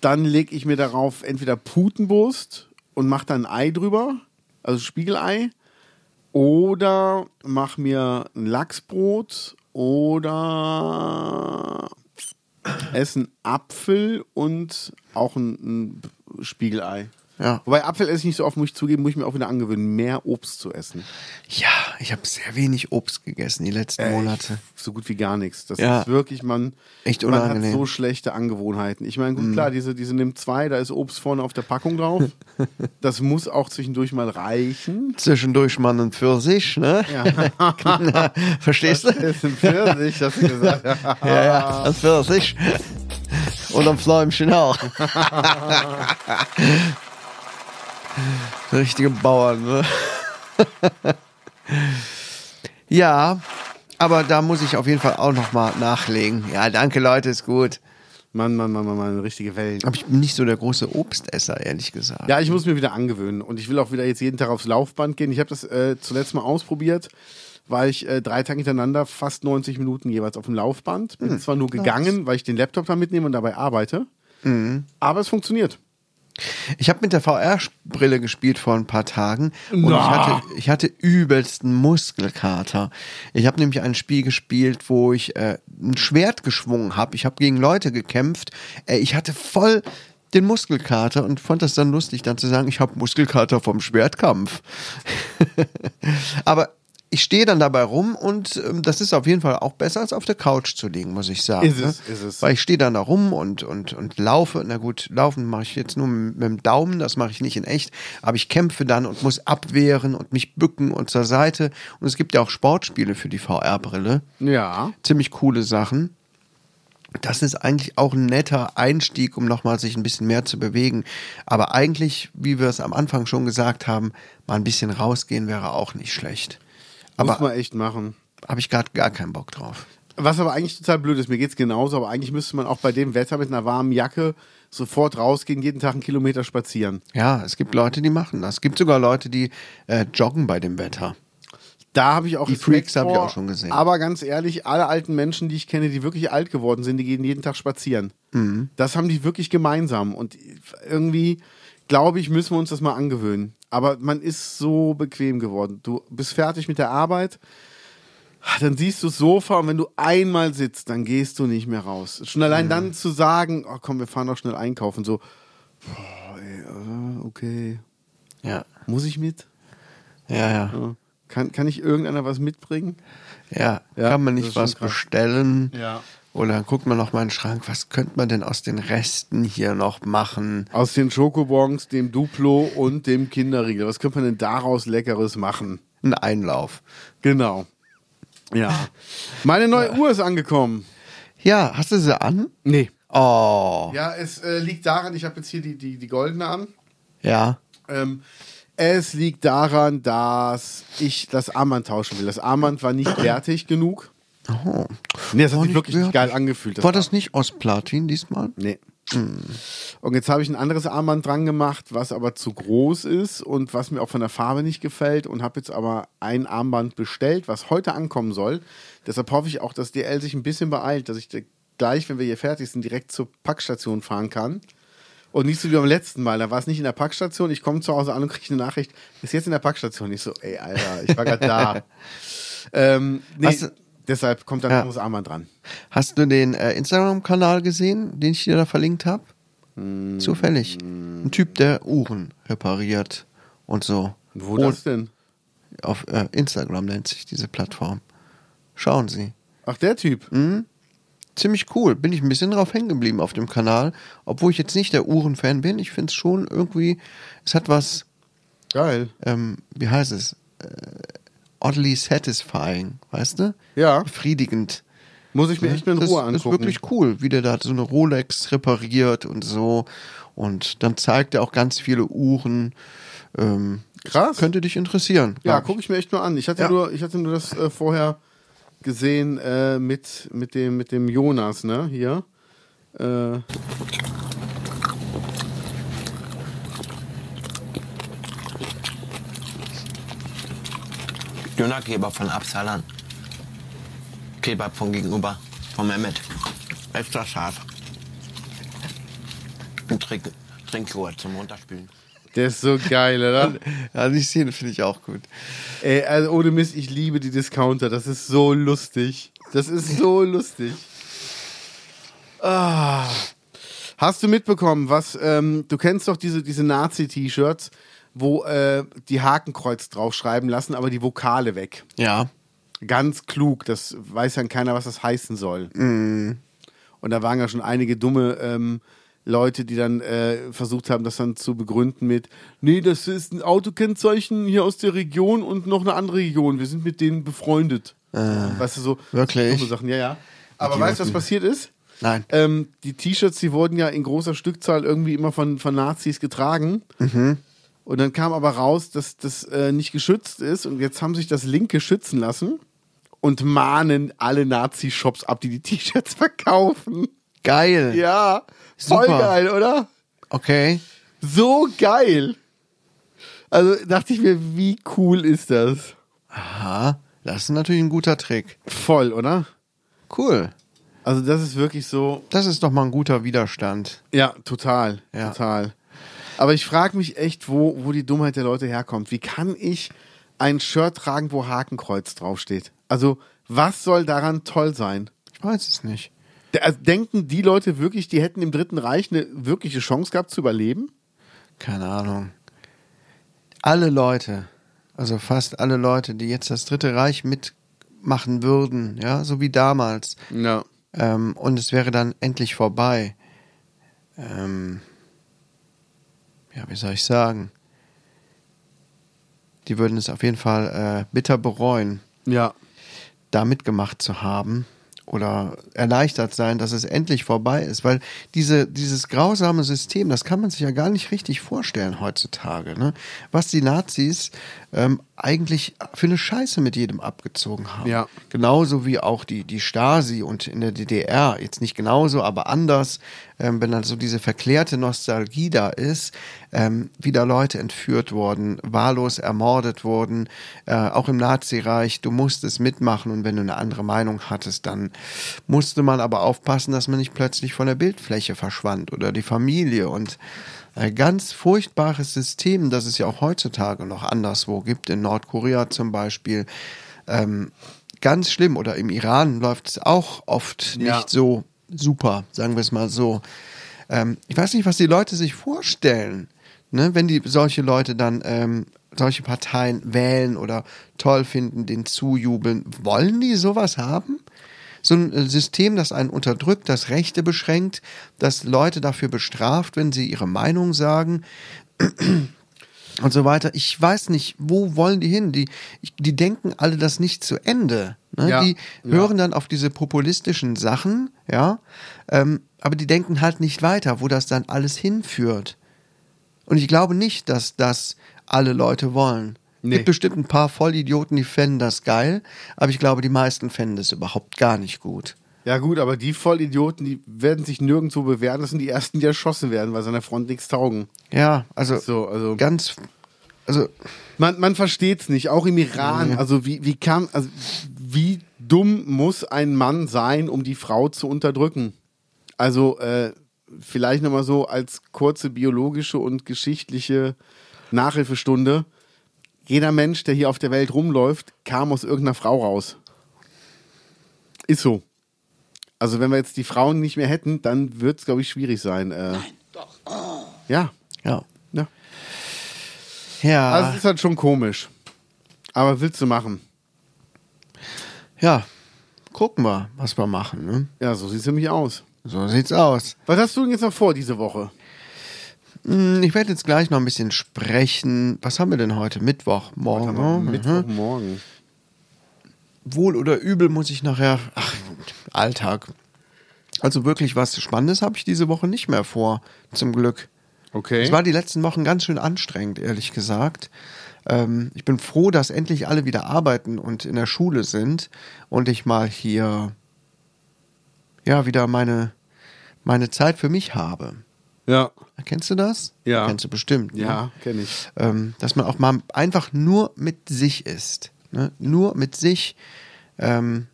S3: Dann lege ich mir darauf entweder Putenbrust und mache dann ein Ei drüber, also Spiegelei. Oder mach mir ein Lachsbrot oder esse einen Apfel und auch ein, ein Spiegelei.
S2: Ja.
S3: Wobei Apfel esse ich nicht so oft, muss ich zugeben, muss ich mir auch wieder angewöhnen, mehr Obst zu essen.
S2: Ja, ich habe sehr wenig Obst gegessen die letzten Monate.
S3: Äh, So gut wie gar nichts. Das
S2: Ja.
S3: ist wirklich, man,
S2: Echt
S3: man hat
S2: unangenehm.
S3: so schlechte Angewohnheiten. Ich meine, gut, klar, diese, diese Nimm 2, da ist Obst vorne auf der Packung drauf. das muss auch zwischendurch mal reichen.
S2: Zwischendurch mal einen Pfirsich, ne? Ja. Verstehst du?
S3: Das sind Pfirsich, das ist gesagt. ja.
S2: Ja, ja, ein Pfirsich. Und ein Fläumchen auch. Richtige Bauern, ne? ja, aber da muss ich auf jeden Fall auch nochmal nachlegen. Ja, danke Leute, ist gut.
S3: Mann, Mann, Mann, Mann, Mann, richtige Welt.
S2: Aber ich bin nicht so der große Obstesser, ehrlich gesagt.
S3: Ja, ich muss mir wieder angewöhnen und ich will auch wieder jetzt jeden Tag aufs Laufband gehen. Ich habe das äh, zuletzt mal ausprobiert, weil ich äh, drei Tage hintereinander fast 90 Minuten jeweils auf dem Laufband bin. Zwar nur gegangen, weil ich den Laptop da mitnehme und dabei arbeite, aber es funktioniert.
S2: Ich habe mit der VR-Brille gespielt vor ein paar Tagen und ich hatte, ich hatte übelsten Muskelkater. Ich habe nämlich ein Spiel gespielt, wo ich äh, ein Schwert geschwungen habe. Ich habe gegen Leute gekämpft. Äh, ich hatte voll den Muskelkater und fand das dann lustig, dann zu sagen, ich habe Muskelkater vom Schwertkampf. Aber ich stehe dann dabei rum und ähm, das ist auf jeden Fall auch besser als auf der Couch zu liegen, muss ich sagen.
S3: Ist es,
S2: ne?
S3: ist es.
S2: Weil ich stehe dann da rum und, und, und laufe. Na gut, laufen mache ich jetzt nur mit mit dem Daumen, das mache ich nicht in echt. Aber ich kämpfe dann und muss abwehren und mich bücken und zur Seite. Und es gibt ja auch Sportspiele für die VR-Brille.
S3: Ja.
S2: Ziemlich coole Sachen. Das ist eigentlich auch ein netter Einstieg, um nochmal sich ein bisschen mehr zu bewegen. Aber eigentlich, wie wir es am Anfang schon gesagt haben, mal ein bisschen rausgehen wäre auch nicht schlecht.
S3: muss
S2: Aber
S3: man echt machen.
S2: habe ich gerade gar keinen Bock drauf.
S3: Was aber eigentlich total blöd ist, mir geht's genauso, aber eigentlich müsste man auch bei dem Wetter mit einer warmen Jacke sofort rausgehen, jeden Tag einen Kilometer spazieren.
S2: Ja, es gibt Leute, die machen das. Es gibt sogar Leute, die äh, joggen bei dem Wetter.
S3: Da habe ich auch
S2: Die
S3: Respekt
S2: Freaks habe ich
S3: vor,
S2: auch schon gesehen.
S3: Aber ganz ehrlich, alle alten Menschen, die ich kenne, die wirklich alt geworden sind, die gehen jeden Tag spazieren.
S2: Mhm.
S3: Das haben die wirklich gemeinsam. Und irgendwie, glaube ich, müssen wir uns das mal angewöhnen. Aber man ist so bequem geworden. Du bist fertig mit der Arbeit, dann siehst du das Sofa und wenn du einmal sitzt, dann gehst du nicht mehr raus. Schon allein dann zu sagen, oh, komm, wir fahren doch schnell einkaufen. So, boah, ey, äh, okay,
S2: Ja,
S3: muss ich mit?
S2: ja, ja.
S3: Ja. Kann, kann ich irgendeiner was mitbringen?
S2: Ja,
S3: Ja,
S2: kann man
S3: das
S2: nicht
S3: ist schon
S2: was
S3: krass.
S2: bestellen?
S3: Ja.
S2: Oder guckt man noch mal in den Schrank, was könnte man denn aus den Resten hier noch machen?
S3: Aus den Schokobons, dem Duplo und dem Kinderriegel. Was könnte man denn daraus Leckeres machen?
S2: Ein Einlauf.
S3: Genau. Ja. Meine neue Uhr ist angekommen.
S2: Ja, hast du sie an?
S3: Nee.
S2: Oh,
S3: Ja, es äh, liegt daran, ich habe jetzt hier die, die, die goldene an.
S2: ja.
S3: Ähm, es liegt daran, dass ich das Armband tauschen will. Das Armband war nicht wertig genug.
S2: Oh.
S3: Nee, das hat
S2: War
S3: sich
S2: nicht
S3: wirklich
S2: wertig.
S3: nicht geil angefühlt.
S2: War
S3: Armband.
S2: das nicht aus Platin diesmal?
S3: Nee.
S2: Hm.
S3: Und jetzt habe ich ein anderes Armband dran gemacht, was aber zu groß ist und was mir auch von der Farbe nicht gefällt und habe jetzt aber ein Armband bestellt, was heute ankommen soll. Deshalb hoffe ich auch, dass DL sich ein bisschen beeilt, dass ich dir gleich, wenn wir hier fertig sind, direkt zur Packstation fahren kann. Und nicht so wie beim letzten Mal, da war es nicht in der Packstation. Ich komme zu Hause an und kriege eine Nachricht, ist jetzt in der Packstation. Ich so, ey, Alter, ich war gerade da. ähm, nee,
S2: Hast du-
S3: deshalb kommt dann
S2: Ja.
S3: noch das Armband dran.
S2: Hast du den äh, Instagram-Kanal gesehen, den ich dir da verlinkt habe?
S3: Hm.
S2: Zufällig. Ein Typ, der Uhren repariert und so.
S3: Wo
S2: Oh,
S3: das denn?
S2: Auf äh, Instagram nennt sich diese Plattform. Schauen Sie.
S3: Ach, der Typ.
S2: Hm? Ziemlich cool. Bin ich ein bisschen drauf hängen geblieben auf dem Kanal. Obwohl ich jetzt nicht der Uhren-Fan bin. Ich finde es schon irgendwie, es hat was
S3: Geil.
S2: ähm, wie heißt es? Äh, oddly satisfying, weißt du?
S3: Ja.
S2: Befriedigend.
S3: Muss ich mir echt mal in
S2: Ne? das,
S3: Ruhe
S2: Das ist
S3: angucken.
S2: wirklich cool, wie der da so eine Rolex repariert und so. Und dann zeigt er auch ganz viele Uhren. Ähm,
S3: Krass.
S2: Könnte dich interessieren.
S3: ja,
S2: glaub
S3: gucke ich mir echt mal an. Ich hatte,
S2: Ja.
S3: nur, ich hatte nur das äh, vorher gesehen äh, mit, mit, dem, mit dem Jonas, ne? Hier. Äh,
S9: Dönerkebab von Absalan. Kebab von gegenüber, von Mehmet. Extra scharf. Und Trink, Trinkjoghurt zum Runterspülen.
S3: der ist so geil, oder?
S2: Ja, die Szene finde ich auch gut.
S3: Ey, also ohne Mist, ich liebe die Discounter. Das ist so lustig. Das ist so lustig. Ah. Hast du mitbekommen, was, ähm, du kennst doch diese, diese Nazi-T-Shirts, wo äh, die Hakenkreuz draufschreiben lassen, aber die Vokale weg.
S2: Ja.
S3: Ganz klug, das weiß dann keiner, was das heißen soll. Und da waren ja schon einige dumme ähm, Leute, die dann äh, versucht haben, das dann zu begründen mit, nee, das ist ein Autokennzeichen hier aus der Region und noch eine andere Region. Wir sind mit denen befreundet. weißt du, so
S2: wirklich?
S3: dumme Sachen, ja, ja. Aber weißt du, was passiert ist?
S2: Nein.
S3: Ähm, die T-Shirts, die wurden ja in großer Stückzahl irgendwie immer von, von Nazis getragen. Und dann kam aber raus, dass das äh, nicht geschützt ist. Und jetzt haben sich das Linke schützen lassen und mahnen alle Nazi-Shops ab, die die T-Shirts verkaufen.
S2: Geil.
S3: Ja, voll
S2: Super.
S3: geil, oder?
S2: Okay.
S3: So geil. Also dachte ich mir, wie cool ist das?
S2: Aha. Das ist natürlich ein guter Trick.
S3: Voll, oder?
S2: Cool.
S3: Also das ist wirklich so,
S2: Das ist doch mal ein guter Widerstand.
S3: Ja, total.
S2: Ja.
S3: Total. Aber ich frage mich echt, wo, wo die Dummheit der Leute herkommt. Wie kann ich ein Shirt tragen, wo Hakenkreuz draufsteht? Also, was soll daran toll sein?
S2: Ich weiß es nicht.
S3: D- also, Denken die Leute wirklich, die hätten im Dritten Reich eine wirkliche Chance gehabt zu überleben?
S2: Keine Ahnung. Alle Leute, also fast alle Leute, die jetzt das Dritte Reich mitmachen würden, ja, so wie damals,
S3: Ja.
S2: ähm, und es wäre dann endlich vorbei. Ähm, ja, wie soll ich sagen? Die würden es auf jeden Fall äh, bitter bereuen,
S3: Ja.
S2: da mitgemacht zu haben oder erleichtert sein, dass es endlich vorbei ist, weil diese, dieses grausame System, das kann man sich ja gar nicht richtig vorstellen heutzutage, ne? was die Nazis ähm, eigentlich für eine Scheiße mit jedem abgezogen haben.
S3: Ja.
S2: Genauso wie auch die, die Stasi und in der DDR, jetzt nicht genauso, aber anders, ähm, wenn dann so diese verklärte Nostalgie da ist, ähm, wieder Leute entführt wurden, wahllos ermordet wurden, äh, auch im Nazireich, du musstest mitmachen und wenn du eine andere Meinung hattest, dann musste man aber aufpassen, dass man nicht plötzlich von der Bildfläche verschwand oder die Familie und ein ganz furchtbares System, das es ja auch heutzutage noch anderswo gibt, in Nordkorea zum Beispiel ganz schlimm oder im Iran läuft es auch oft
S3: Ja.
S2: nicht so super, sagen wir es mal so. Ähm, ich weiß nicht, was die Leute sich vorstellen, ne, wenn die solche Leute dann ähm, solche Parteien wählen oder toll finden, den zujubeln. Wollen die sowas haben? So ein äh, System, das einen unterdrückt, das Rechte beschränkt, das Leute dafür bestraft, wenn sie ihre Meinung sagen und so weiter. Ich weiß nicht, wo wollen die hin? Die, ich- die denken alle das nicht zu Ende. Ne?
S3: Ja,
S2: die
S3: ja.
S2: hören dann auf diese populistischen Sachen, ja, ähm, aber die denken halt nicht weiter, wo das dann alles hinführt. Und ich glaube nicht, dass das alle Leute wollen.
S3: Nee.
S2: Gibt bestimmt ein paar Vollidioten, die fänden das geil, aber ich glaube, die meisten fänden das überhaupt gar nicht gut.
S3: Ja, gut, aber die Vollidioten, die werden sich nirgendwo bewähren. Das sind die ersten, die erschossen werden, weil sie an der Front nichts taugen.
S2: Ja, also,
S3: So, also-
S2: ganz, also
S3: Man, man versteht es nicht, auch im Iran. Also wie, wie kann, also wie dumm muss ein Mann sein, um die Frau zu unterdrücken? Also äh, vielleicht nochmal so als kurze biologische und geschichtliche Nachhilfestunde. Jeder Mensch, der hier auf der Welt rumläuft, kam aus irgendeiner Frau raus. Ist so. Also wenn wir jetzt die Frauen nicht mehr hätten, dann wird es, glaube ich, schwierig sein. Äh, Nein, doch. Ja,
S2: ja.
S3: ja.
S2: Ja,
S3: Also es ist halt schon komisch. Aber willst du machen?
S2: ja. Gucken wir, was wir machen. Ne?
S3: Ja, so sieht's nämlich aus.
S2: So sieht's aus.
S3: Was hast du denn jetzt noch vor diese Woche?
S2: Mm, Ich werde jetzt gleich noch ein bisschen sprechen. Was haben wir denn heute? Mittwoch, morgen. ne? Mhm.
S3: Morgen.
S2: Wohl oder übel muss ich nachher. Ach, Alltag. Also wirklich was Spannendes habe ich diese Woche nicht mehr vor, zum Glück.
S3: Okay.
S2: Es war die letzten Wochen ganz schön anstrengend, ehrlich gesagt. Ähm, ich bin froh, dass endlich alle wieder arbeiten und in der Schule sind und ich mal hier ja wieder meine, meine Zeit für mich habe.
S3: ja.
S2: Erkennst du das?
S3: Ja.
S2: Kennst du bestimmt. ne?
S3: Ja, kenne ich.
S2: ähm, dass man auch mal einfach nur mit sich ist. Ne? Nur mit sich, ähm,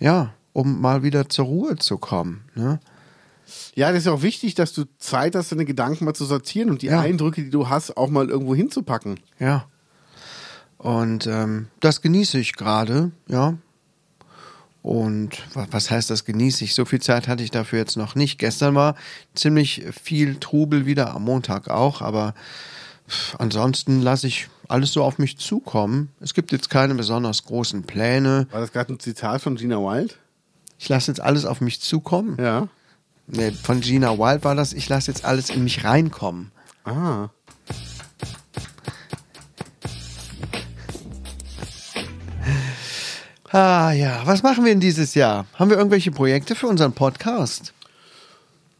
S2: ja, um mal wieder zur Ruhe zu kommen. Ne?
S3: Ja, das ist ja auch wichtig, dass du Zeit hast, deine Gedanken mal zu sortieren und die
S2: Ja.
S3: Eindrücke, die du hast, auch mal irgendwo hinzupacken.
S2: Ja. Und ähm, das genieße ich gerade, ja. Und wa- was heißt das genieße ich? So viel Zeit hatte ich dafür jetzt noch nicht. Gestern war ziemlich viel Trubel wieder, am Montag auch, aber pff, ansonsten lasse ich alles so auf mich zukommen. Es gibt jetzt keine besonders großen Pläne.
S3: War das gerade ein Zitat von Gina Wild?
S2: Ich lasse jetzt alles auf mich zukommen.
S3: Ja.
S2: Nee, von Gina Wild war das, ich lasse jetzt alles in mich reinkommen.
S3: Ah.
S2: Ah ja, was machen wir denn dieses Jahr? Haben wir irgendwelche Projekte für unseren Podcast?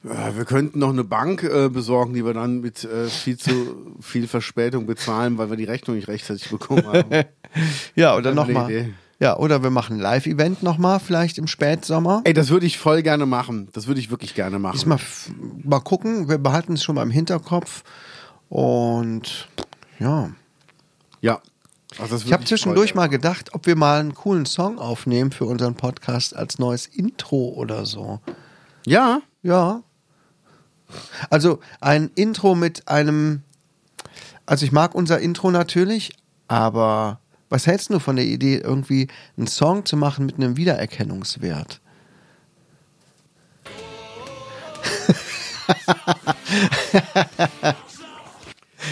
S3: Äh, Wir könnten noch eine Bank äh, besorgen, die wir dann mit äh, viel zu viel Verspätung bezahlen, weil wir die Rechnung nicht rechtzeitig bekommen haben.
S2: Ja, oder
S3: Das ist eine
S2: nochmal.
S3: Idee.
S2: Ja, oder wir machen ein Live-Event nochmal, vielleicht im Spätsommer.
S3: Ey, das würde ich voll gerne machen. Das würde ich wirklich gerne machen.
S2: Diesmal f- mal gucken, wir behalten es schon mal im Hinterkopf. Und ja.
S3: Ja. Also das
S2: Ich habe zwischendurch mal gedacht, ob wir mal einen coolen Song aufnehmen für unseren Podcast als neues Intro oder so.
S3: Ja.
S2: Ja. Also ein Intro mit einem. Also ich mag unser Intro natürlich, aber was hältst du von der Idee, irgendwie einen Song zu machen mit einem Wiedererkennungswert?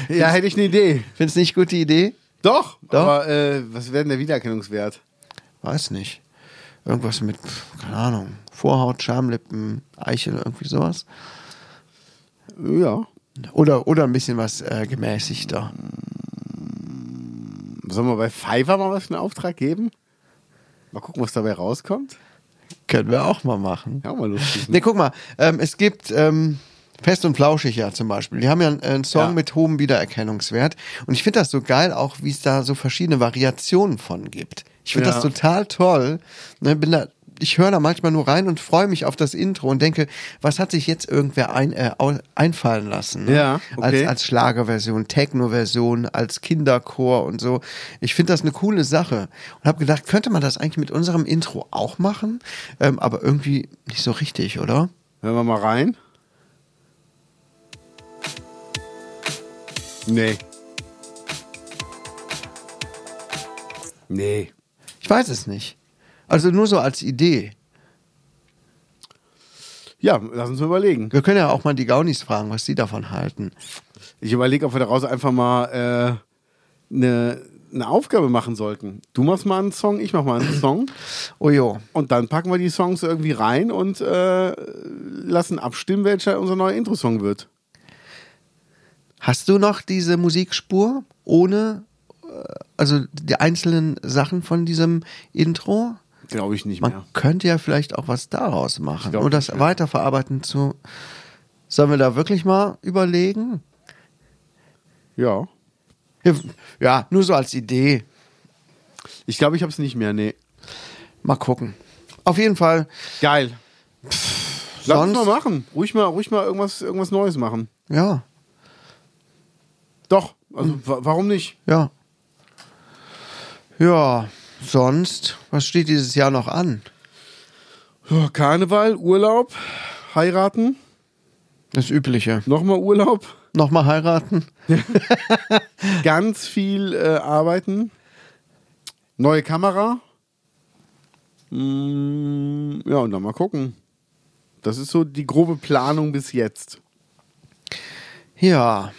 S3: Ja, hätte ich eine Idee.
S2: Findest nicht gute Idee?
S3: Doch.
S2: Doch.
S3: Aber äh, was wäre denn der Wiedererkennungswert?
S2: Weiß nicht. Irgendwas mit, pf, keine Ahnung, Vorhaut, Schamlippen, Eichel, irgendwie sowas.
S3: Ja.
S2: Oder, oder ein bisschen was äh, gemäßigter.
S3: Sollen wir bei Fiverr mal was für einen Auftrag geben? Mal gucken, was dabei rauskommt.
S2: Können wir auch mal machen.
S3: Ja, auch mal lustig.
S2: Ne,
S3: Ne?
S2: guck mal, ähm, es gibt ähm, Fest und Flauschig ja zum Beispiel. Die haben ja einen, einen Song
S3: Ja.
S2: mit hohem Wiedererkennungswert. Und ich finde das so geil, auch wie es da so verschiedene Variationen von gibt. Ich finde
S3: Ja.
S2: das total toll. Ne, bin da, ich höre da manchmal nur rein und freue mich auf das Intro und denke, was hat sich jetzt irgendwer ein, äh, au- einfallen lassen? Ne?
S3: Ja, okay.
S2: als, als Schlagerversion, Techno-Version, als Kinderchor und so. Ich finde das eine coole Sache und habe gedacht, könnte man das eigentlich mit unserem Intro auch machen? Ähm, aber irgendwie nicht so richtig, oder?
S3: Hören wir mal rein. Nee. Nee.
S2: Ich weiß es nicht. Also nur so als Idee.
S3: Ja, lass uns mal überlegen.
S2: Wir können ja auch mal die Gaunis fragen, was die davon halten.
S3: Ich überlege, ob wir daraus einfach mal äh, eine eine Aufgabe machen sollten. Du machst mal einen Song, ich mach mal einen Song
S2: Oh jo.
S3: und dann packen wir die Songs irgendwie rein und äh, lassen abstimmen, welcher unser neuer Intro-Song wird.
S2: Hast du noch diese Musikspur ohne, äh, also die einzelnen Sachen von diesem Intro?
S3: Glaube ich nicht
S2: Man
S3: mehr.
S2: könnte ja vielleicht auch was daraus machen
S3: glaub
S2: oder das
S3: nicht, ja.
S2: weiterverarbeiten zu. Sollen wir da wirklich mal überlegen?
S3: Ja.
S2: Ja, nur so als Idee.
S3: Ich glaube, ich habe es nicht mehr, nee.
S2: Mal gucken. Auf jeden Fall.
S3: Geil. Lass uns
S2: sonst-
S3: mal machen. Ruhig mal, ruhig mal irgendwas, irgendwas Neues machen.
S2: Ja,
S3: Doch, also wa warum nicht?
S2: ja. Ja, sonst, was steht dieses Jahr noch an?
S3: Ja, Karneval, Urlaub, heiraten,
S2: Das Übliche.
S3: nochmal Urlaub,
S2: Nochmal heiraten?
S3: ganz viel äh, arbeiten, neue Kamera. Mm, ja, und dann mal gucken. Das ist so die grobe Planung bis jetzt.
S2: Ja.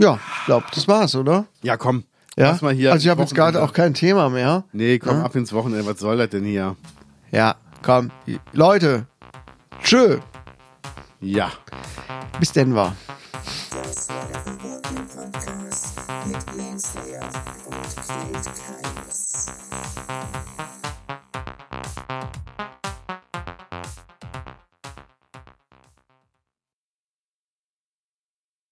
S2: Ja, glaub, das war's, oder?
S3: Ja, komm.
S2: Ja.
S3: Lass mal hier
S2: also ich habe jetzt gerade
S3: Wochenende-
S2: auch kein Thema mehr.
S3: Nee, komm,
S2: Ja.
S3: ab ins Wochenende. Was soll das denn hier?
S2: Ja, komm. Leute. Tschö.
S3: Ja.
S2: Bis Denver.